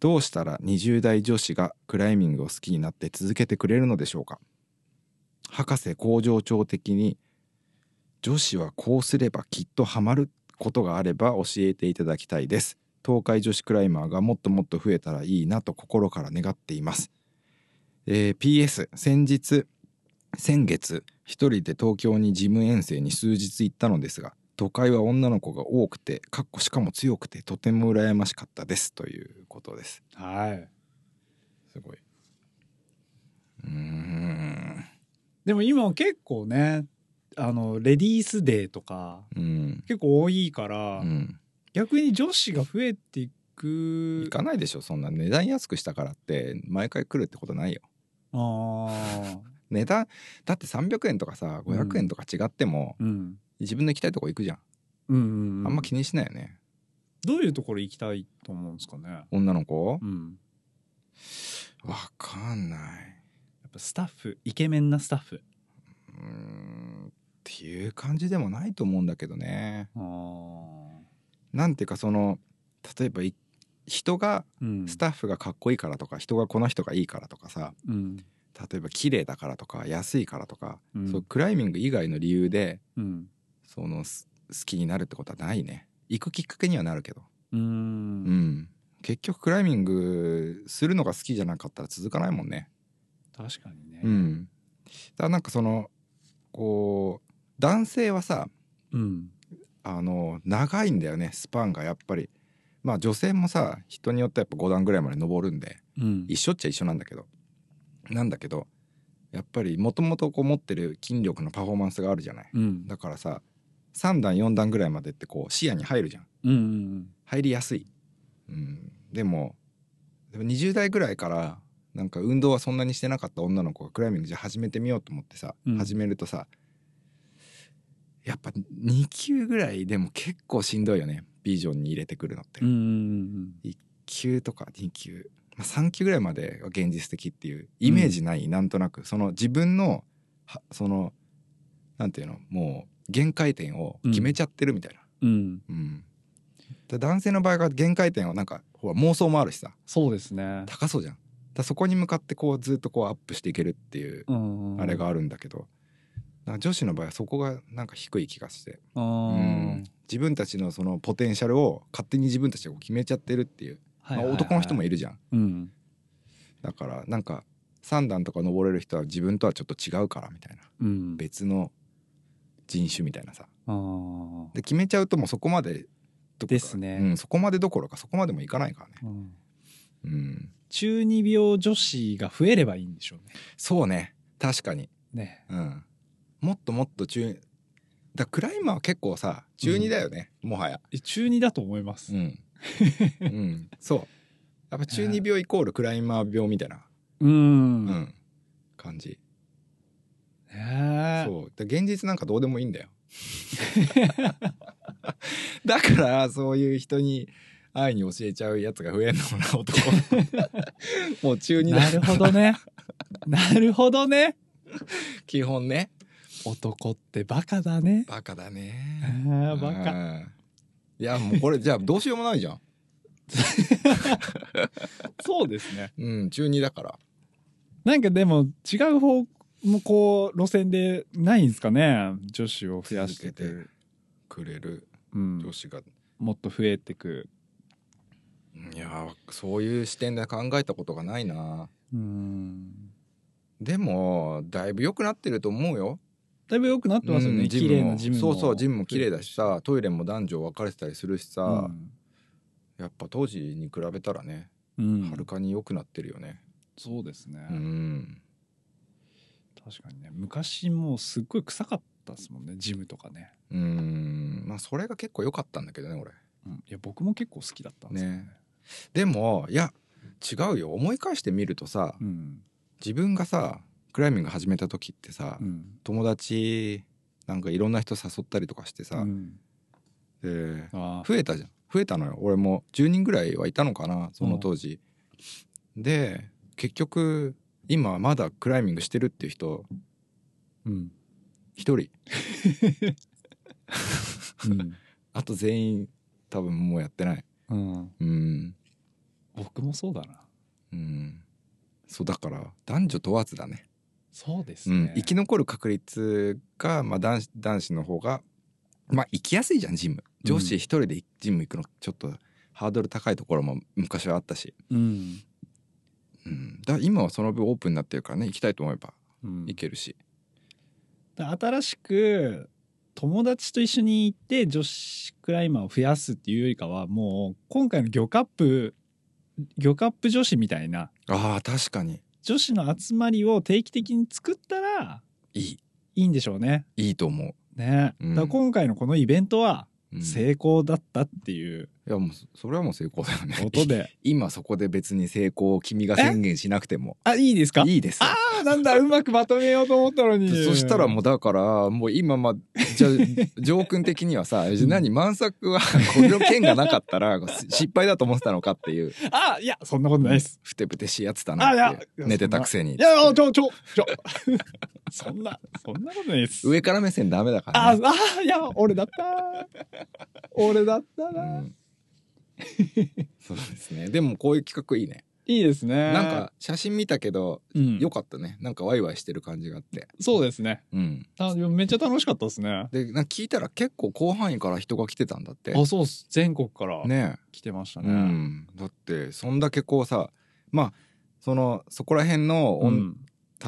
どうしたら20代女子がクライミングを好きになって続けてくれるのでしょうか博士工場長的に女子はこうすればきっとハマることがあれば教えていただきたいです東海女子クライマーがもっともっと増えたらいいなと心から願っています、えー PS 先日先月一人で東京に事務遠征に数日行ったのですが都会は女の子が多くてかっこしかも強くてとても羨ましかったですということです
はい。
すごいうーん
でも今結構ね、あの、レディースデーとか、
うん
結構多いから、
うん
逆に女子が増えていく。
行かないでしょそんな値段安くしたからって毎回来るってことないよ
ああ。
値段だって300円とかさ500円とか違っても、
うん。
自分の行きたいとこ行くじゃん
うんうん、うん。
あんま気にしないよね、
どういうところ行きたいと思うんですかね。
女の子
うん。
わかんない
やっぱスタッフ、イケメンなスタッフ。
うーんっていう感じでもないと思うんだけどね
ああ。
なんていうかその例えばい人が
うん。
スタッフがかっこいいからとか人がこの人がいいからとかさ
うん。
例えば綺麗だからとか安いからとか、
うん
そうクライミング以外の理由で
うん。
そのす好きになるってことはないね行くきっかけにはなるけど
うー。
うんん結局クライミングするのが好きじゃなかったら続かないもんね
確かにね。
うん、だからなんかそのこう男性はさ
うん。
あの長いんだよねスパンがやっぱりまあ女性もさ人によってはやっぱ5段ぐらいまで登るんで
うん。
一緒っちゃ一緒なんだけどなんだけどやっぱりもともとこう持ってる筋力のパフォーマンスがあるじゃない
うん。
だからさ3段4段ぐらいまでってこう視野に入るじゃん
うんうん
入りやすい、うん、でもでも20代ぐらいからなんか運動はそんなにしてなかった女の子がクライミングじゃあ始めてみようと思ってさ、
うん
始めるとさやっぱ2級ぐらいでも結構しんどいよねビジョンに入れてくるのって、
うん。うんうん
級とか2級、まあ、3級ぐらいまでが現実的っていうイメージない、なんとなくその自分のはそのなんていうのもう限界点を決めちゃってるみたいな、
うん。うん。
うん、で男性の場合が限界点をなんかほら妄想もあるしさ
そうですね。
高そうじゃんだからそこに向かってこうずっとこうアップしていけるっていう
うんうん。
あれがあるんだけど、なんか女子の場合はそこがなんか低い気がして、
う
うん
ん。
自分たちのそのポテンシャルを勝手に自分たちでこう決めちゃってるっていう、
はいはいはい
まあ男の人もいるじゃん
うん。
だからなんか3段とか登れる人は自分とはちょっと違うからみたいな
うん。
別の人種みたいなさ
あー
で決めちゃうともうそこまでどころか
ですね
うん、そこまでどころかそこまでもいかないからね
うん
うん、
中二病女子が増えればいいんでしょうね。
そうね確かに、
ね。
うん、もっともっと中だクライマーは結構さ中二だよね、もはや
え中二だと思います
う。ん、うん、そうやっぱ中二病イコールクライマー病みたいな、
う。
うんん
ね
感じ
え
そうで現実なんかどうでもいいんだよ だからそういう人に愛に教えちゃうやつが増えんのもな 男もう中二だ
なるほど ね。なるほどね。
基本ね
男ってバカだね。
バカだ
あ
ね
ーバカ。
うんいやもうこれじゃあどうしようもないじゃん。
そうですね。
うん中二だから。
なんかでも違う方もこう路線でないんですかね。女子を増やしてく
続けくれる
うん
女子が。
もっと増えてく。
いやーそういう視点で考えたことがないな。
うん。
でもだいぶ良くなってると思うよ。
だいぶ良くなってますよ
うん
ね。綺麗なジムも。
そうそうジムも綺麗だしさトイレも男女分かれてたりするし
う
さ、
ん。
やっぱ当時に比べたらね
うん
はるかに良くなってるよね。
そうですね。
うん。
確かにね。昔もうすっごい臭かったですもんね。ジムとかね。
うんまあそれが結構良かったんだけどね俺。
うんいや僕も結構好きだったんですよ
ね。でもいや違うよ思い返してみるとさ、
うん。
自分がさクライミング始めた時ってさ、
うん。
友達なんかいろんな人誘ったりとかしてさ
う、ん
で
ああ。
増えたじゃん増えたのよ俺も10人ぐらいはいたのかなその当時、で結局今まだクライミングしてるっていう人
うん。
一人
うん。
あと全員多分もうやってない
うん。
うん
僕もそうだな。
うんそうだから男女問わずだね
そうです
うん
ね、。
生き残る確率が、まあ、男子男子の方が、まあ、行きやすいじゃんジム女子一人でジム行くのちょっとハードル高いところも昔はあったし、
うん。
うん、だから今はその分オープンになってるからね行きたいと思えば
うん
行けるし、
新しく友達と一緒に行って女子クライマーを増やすっていうよりかはもう今回の魚カップ魚カップ女子みたいな
ああ確かに
女子の集まりを定期的に作ったら
いい
いいんでしょうね。
いいと思
ね、
うん
だから今回のこのイベントは
う、うんい
成功だったっていう
やもうそそれはもう成功だよね
ことで、
今そこで別に成功を君が宣言しなくても
あいいですか
いいですよ
あなんだうまくまとめようと思ったのに
そしたらもう
う
だからもう今まあじゃあ ジョー君的にはさじゃあ何満作はこれの件がなかったら失敗だと思ってたのかっていう
あいやそんなことないです。
ふてぶてしいやつだなっていう
あいやいやそんな
寝てたくせに
いやちょちょちょ そんなそんなことないです。
上から目線ダメだから
あ
ね、
あ、いや、俺だった。俺だった
う
な。
んそうですねでもこういう企画いいね
いいですね。
なんか、写真見たけど
うん、
よかったねなんかワイワイしてる感じがあって
そうですね。
うん
あでもめっちゃ楽しかったですね。
でなんか聞いたら結構広範囲から人が来てたんだって
あ、そうっす。全国から
ねえ
来てました
う
ね。
ん、だってそんだけこうさまあそのそこら辺の、
う
おん
ん。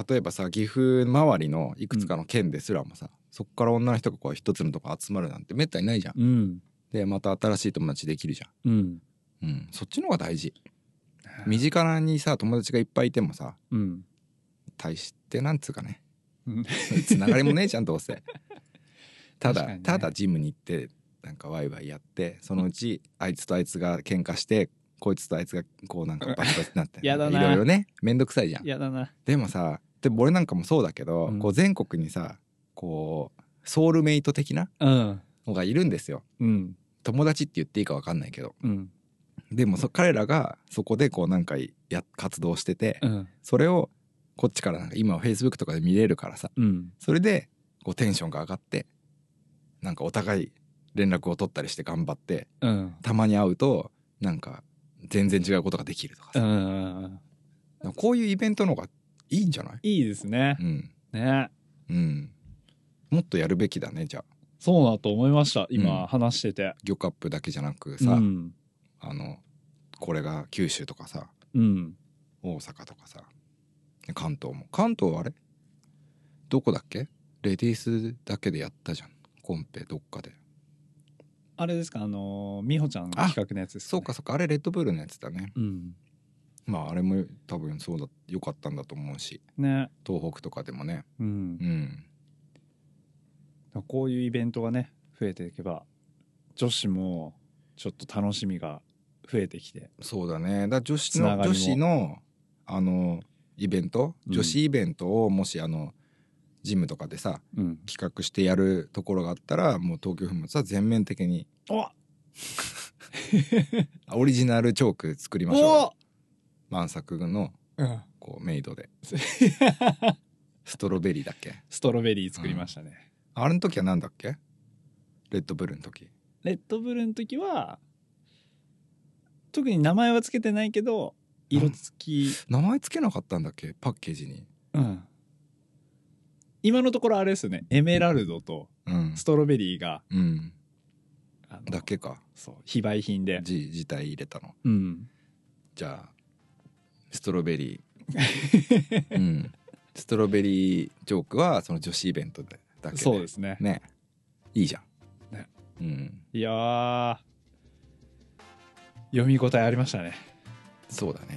例えばさ岐阜周りのいくつかの県ですらもさ、そこから女の人がこう一つのとこ集まるなんてめったにないじゃん。
うん。
でまた新しい友達できるじ
うん。
ゃん。うん、そっちの方が大事。身近にさ友達がいっぱいいてもさ
うん。
大してなんつうかね
うん
つながり もねえじゃんどうせ。
確
ただ、
かにね
ただジムに行ってなんかワイワイやってそのうちあいつとあいつが喧嘩してこいつとあいつがこうなんかバチバチになって
やだ
い
な
ろいろねめんどくさいじゃん。
やだな。
でもさでも俺なんかもそうだけど、
うん
こう全国にさこうソウルメイト的な
うん。
のがいるんですよ
うん。
友達って言っていいか分かんないけど
うん。
でもそ彼らがそこでこうなんかや活動してて、
うん。
それをこっちからなんか今は Facebook とかで見れるからさ
うん。
それでこうテンションが上がってなんかお互い連絡を取ったりして頑張って
うん。
たまに会うとなんか全然違うことができるとか
う
さ、
ん。
こういうイベントの方がいいんじゃない、
いいですね
う。ん
ね。
うん、もっとやるべきだねじゃあ
そうだと思いました。
うん
今話してて。
魚カップだけじゃなく
う
さ、
ん。
あのこれが九州とかさ
うん。
大阪とかさ関東も関東はあれどこだっけレディースだけでやったじゃんコンペどっかで
あれですか、あのー、美穂ちゃんの企画のやつです
そうか。そうかあれレッドブルのやつだね
うん。
まああれも多分そうだ良かったんだと思うし
ね。
東北とかでもね
うん
う。ん
こういうイベントがね増えていけば女子もちょっと楽しみが増えてきて
そうだねだから女子
つな
の
がり
女
も
子のあのイベント
うん
女子イベントをもしあのジムとかでさ、
うん
企画してやるところがあったらもう東京粉末は全面的に
お
オリジナルチョーク作りましょうよ
お
満作の
うん
こうメイ ドでストロベリーだっけ
ストロベリー作りましたね、
あれの時はなんだっけレッドブルの時
レッドブルの時は特に名前はつけてないけど色付き、
名前つけなかったんだっけパッケージに
うん今のところあれですよねエメラルドと
うん
ス、トロベリーが、
うん、
あの
だけか
そう非売品で、
字自体入れたの
うん、
じゃあストロベリ ーうんストロベリージョークはその女子イベントでだけで
そうですね
ねいいじゃん
ね
うん
いやー読み応えありましたね
そうだね
い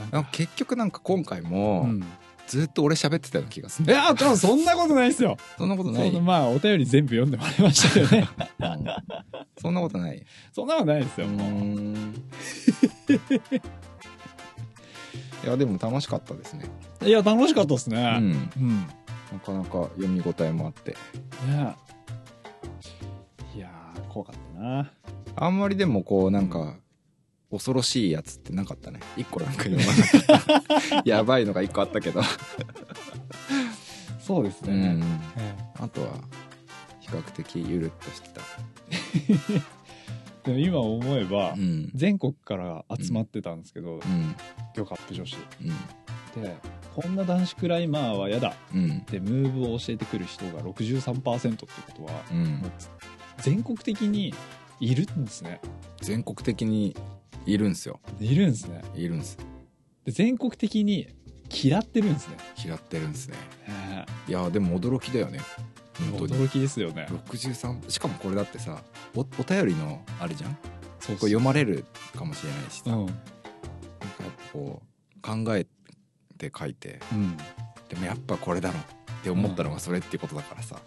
やー
なんか結局なんか今回
う
も
ん
ずっと俺喋ってたような気がす
い
る、
や、あとそんなことないですよ。
そんなこと
そ
ない
のまあ、お便り全部読んでもらいましたよ ね。
うんそんなこ とない
そんなことないです
う
よ、もう。
ーんいやでも楽しかったですね、
いや、楽しかったです
う
ね。
ん、
うん。ね
なかなか読み応えもあって
いやー怖かったな。
あんまりでもこうなんか恐ろしいやつってなかったね一個なんか読まな かったやばいのが一個あったけど
そうです
う
ね。
ん
え
あとは比較的ゆるっとしてた
えでも今思えば、
うん
全国から集まってたんですけど、
うん
今日カップ女子。
うん
で、こんな男子クライマーは嫌だ
うん
ってムーブを教えてくる人が63%ってことは、
うん
もう全国的にいるんですね。
全国的にいるんすよ
いるんですね。
いるんす
で全国的に嫌ってるんですね。
嫌ってるんすね
え
いやでも驚きだよね
え
本当に
驚きですよね。
63しかもこれだってさおお便りのあれじゃんこ
そう
れ読まれるかもしれないし
う
さ、なん
ん。
かやっぱこう考えて書いて
うん。
でもやっぱこれだろって思ったのがそれってことだからさ、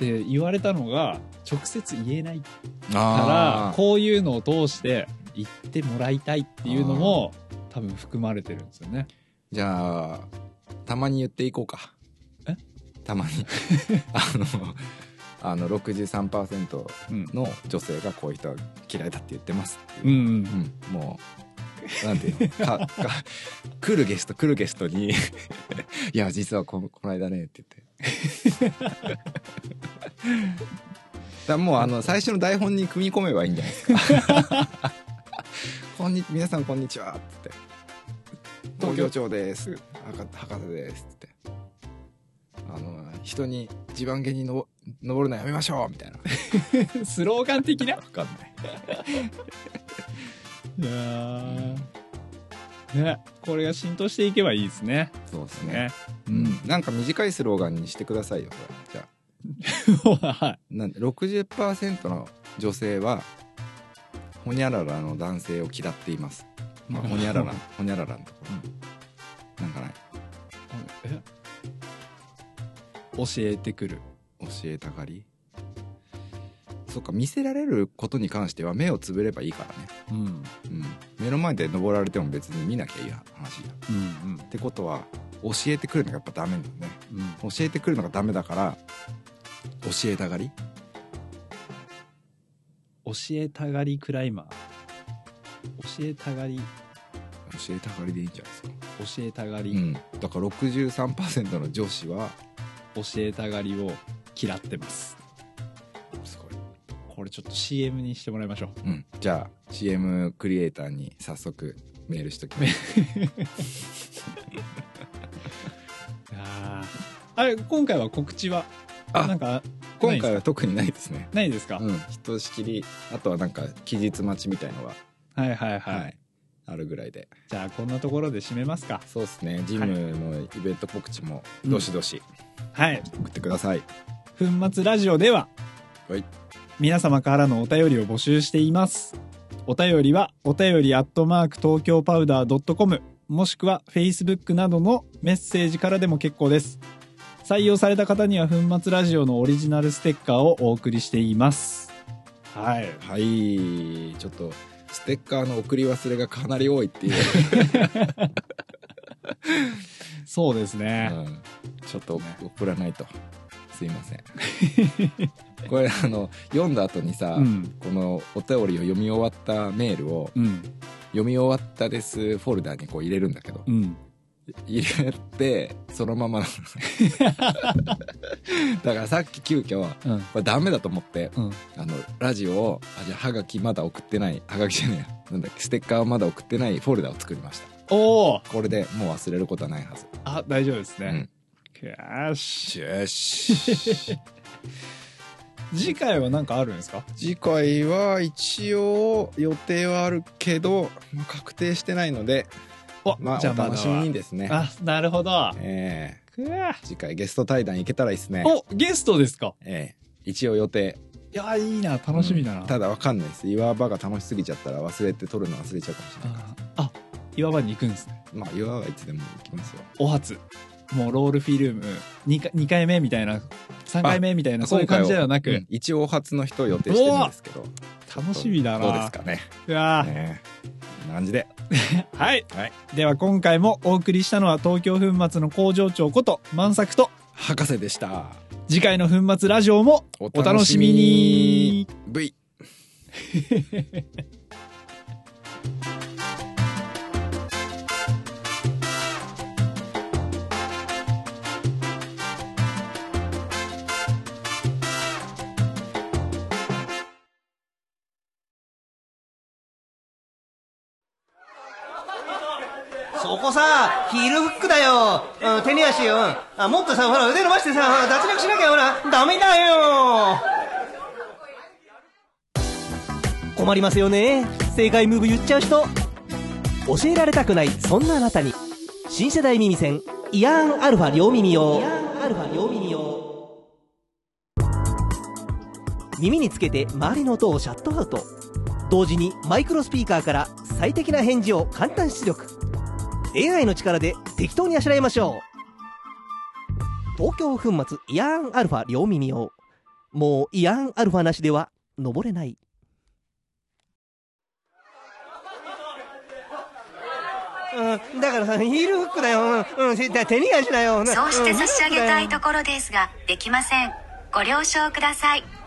で言われたのが直接言えないか
あ
らこういうのを通して言ってもらいたいっていうのも多分含まれてるんですよね。
じゃあたまに言っていこうか
え
たま にあのあの63%
うん
の女性がこういう人は嫌いだって言ってますって
う
いう、
んうん
うんもうなんていうのかか来るゲスト来るゲストに いや実はこのこの間ねって言って だからもうあの最初の台本に組み込めばいいんじゃないですか こんに皆さんこんにちはって言って東京町です博博士ですって言ってあの人に地盤下にのぼ登るのやめましょうみたいな
スローガン的な
わかんない
いやーねこれが浸透していけばいいですね。
そうです
ね
うん、なんか短いスローガンにしてくださいよそれじゃあ
は
なんで60%の女性はほにゃららの男性を嫌っています、まあ、ほにゃ ららほにゃららのところなんかない
いえ教えてくる。
教えたがりそっか見せられることに関しては目をつぶればいいからね、
うんうん
うん、目の前で登られても別に見なきゃいい話や
うん
ってことは教えてくるのがやっぱダメなんだね
うん
教えてくるのがダメだから教えたがり
教えたがりクライマー教えたがり
教えたがりでいいんじゃないですか
教えたがり、
うん、だから63%の上司は
教えたがりを嫌ってます
すごい、
これちょっと CM にしてもらいましょう
うん、じゃあ CM クリエイターに早速メールしときます
ああれ今回は告知は
あ
なんか
今回は特にないですね
ないですか、
うんひとしきりあとはなんか期日待ちみたいのは
はいはいはい、
はいあるぐらいで
じゃあこんなところで締めますか
そうですねジムのイベント告知もどしどし
はい
送ってください、
粉末ラジオでは
はい
皆様からのお便りを募集していますお便りはお便りアットマーク東京パウダー .com もしくは Facebook などのメッセージからでも結構です採用された方には粉末ラジオのオリジナルステッカーをお送りしていますはい
はいちょっとステッカーの送り忘れがかなり多いっていう、
そうですね、
うんちょっと送らないとすい ませんこれあの読んだ後にさ、
うん
このお便りを読み終わったメールを
うん
読み終わったですフォルダにこう入れるんだけど
うん
入れてそのままな のだからさっき急遽
うん
これダメだと思って
うん
あのラジオをあじゃあはがきまだ送ってないはがきじゃねえやなんだっけステッカーはまだ送ってないフォルダを作りました
おお
これでもう忘れることはないはず、
あ大丈夫です
うん
ね、よし
よし
次回は何かあるんですか
次回は一応予定はあるけどまあ確定してないので、
お
まあ、
じゃあ
お
まだ
楽しみにですね
あなるほど
ええ
くわ
次回ゲスト対談いけたらいいですね。
おゲストですか
ええ一応予定。
いやいいな楽しみだな、
うんただわかんないです。岩場が楽しすぎちゃったら忘れて撮るの忘れちゃうかもしれないか
ああ岩場に行くんですね
ら。まあ岩はいつでも行きますよ。
お初もうロールフィルム 2, 二回目みたいな3回目みたいなそういう感じではなく、
うん一応お初の人を予定してるんですけど。
楽しみだな
どうですかね。
うわ
ねえこんな感じで。
はい、
はい
では今回もお送りしたのは東京粉末の工場長こと万作と
博士でした。
次回の粉末ラジオもお楽しみに
お楽しみに。V。
そこさ、ヒールフックだよ。うん、手に足よ。うんあ、もっとさ、ほら、腕伸ばしてさ、ほら脱力しなきゃ、ほら、ダメだよ。困りますよね。正解ムーブ言っちゃう人。教えられたくない、そんなあなたに。新世代耳栓、イアンアルファ両耳用。イアンアルファ両耳用。耳につけて周りの音をシャットアウト。同時にマイクロスピーカーから最適な返事を簡単出力。AI の力で適当にあしらいましょう東京粉末イアンアルファ両耳用もうイアンアルファなしでは登れないうん、だからさヒールフックだよ、うんうん、手に足だよ
そうして差し上げたいところですが、できません。ご了承ください。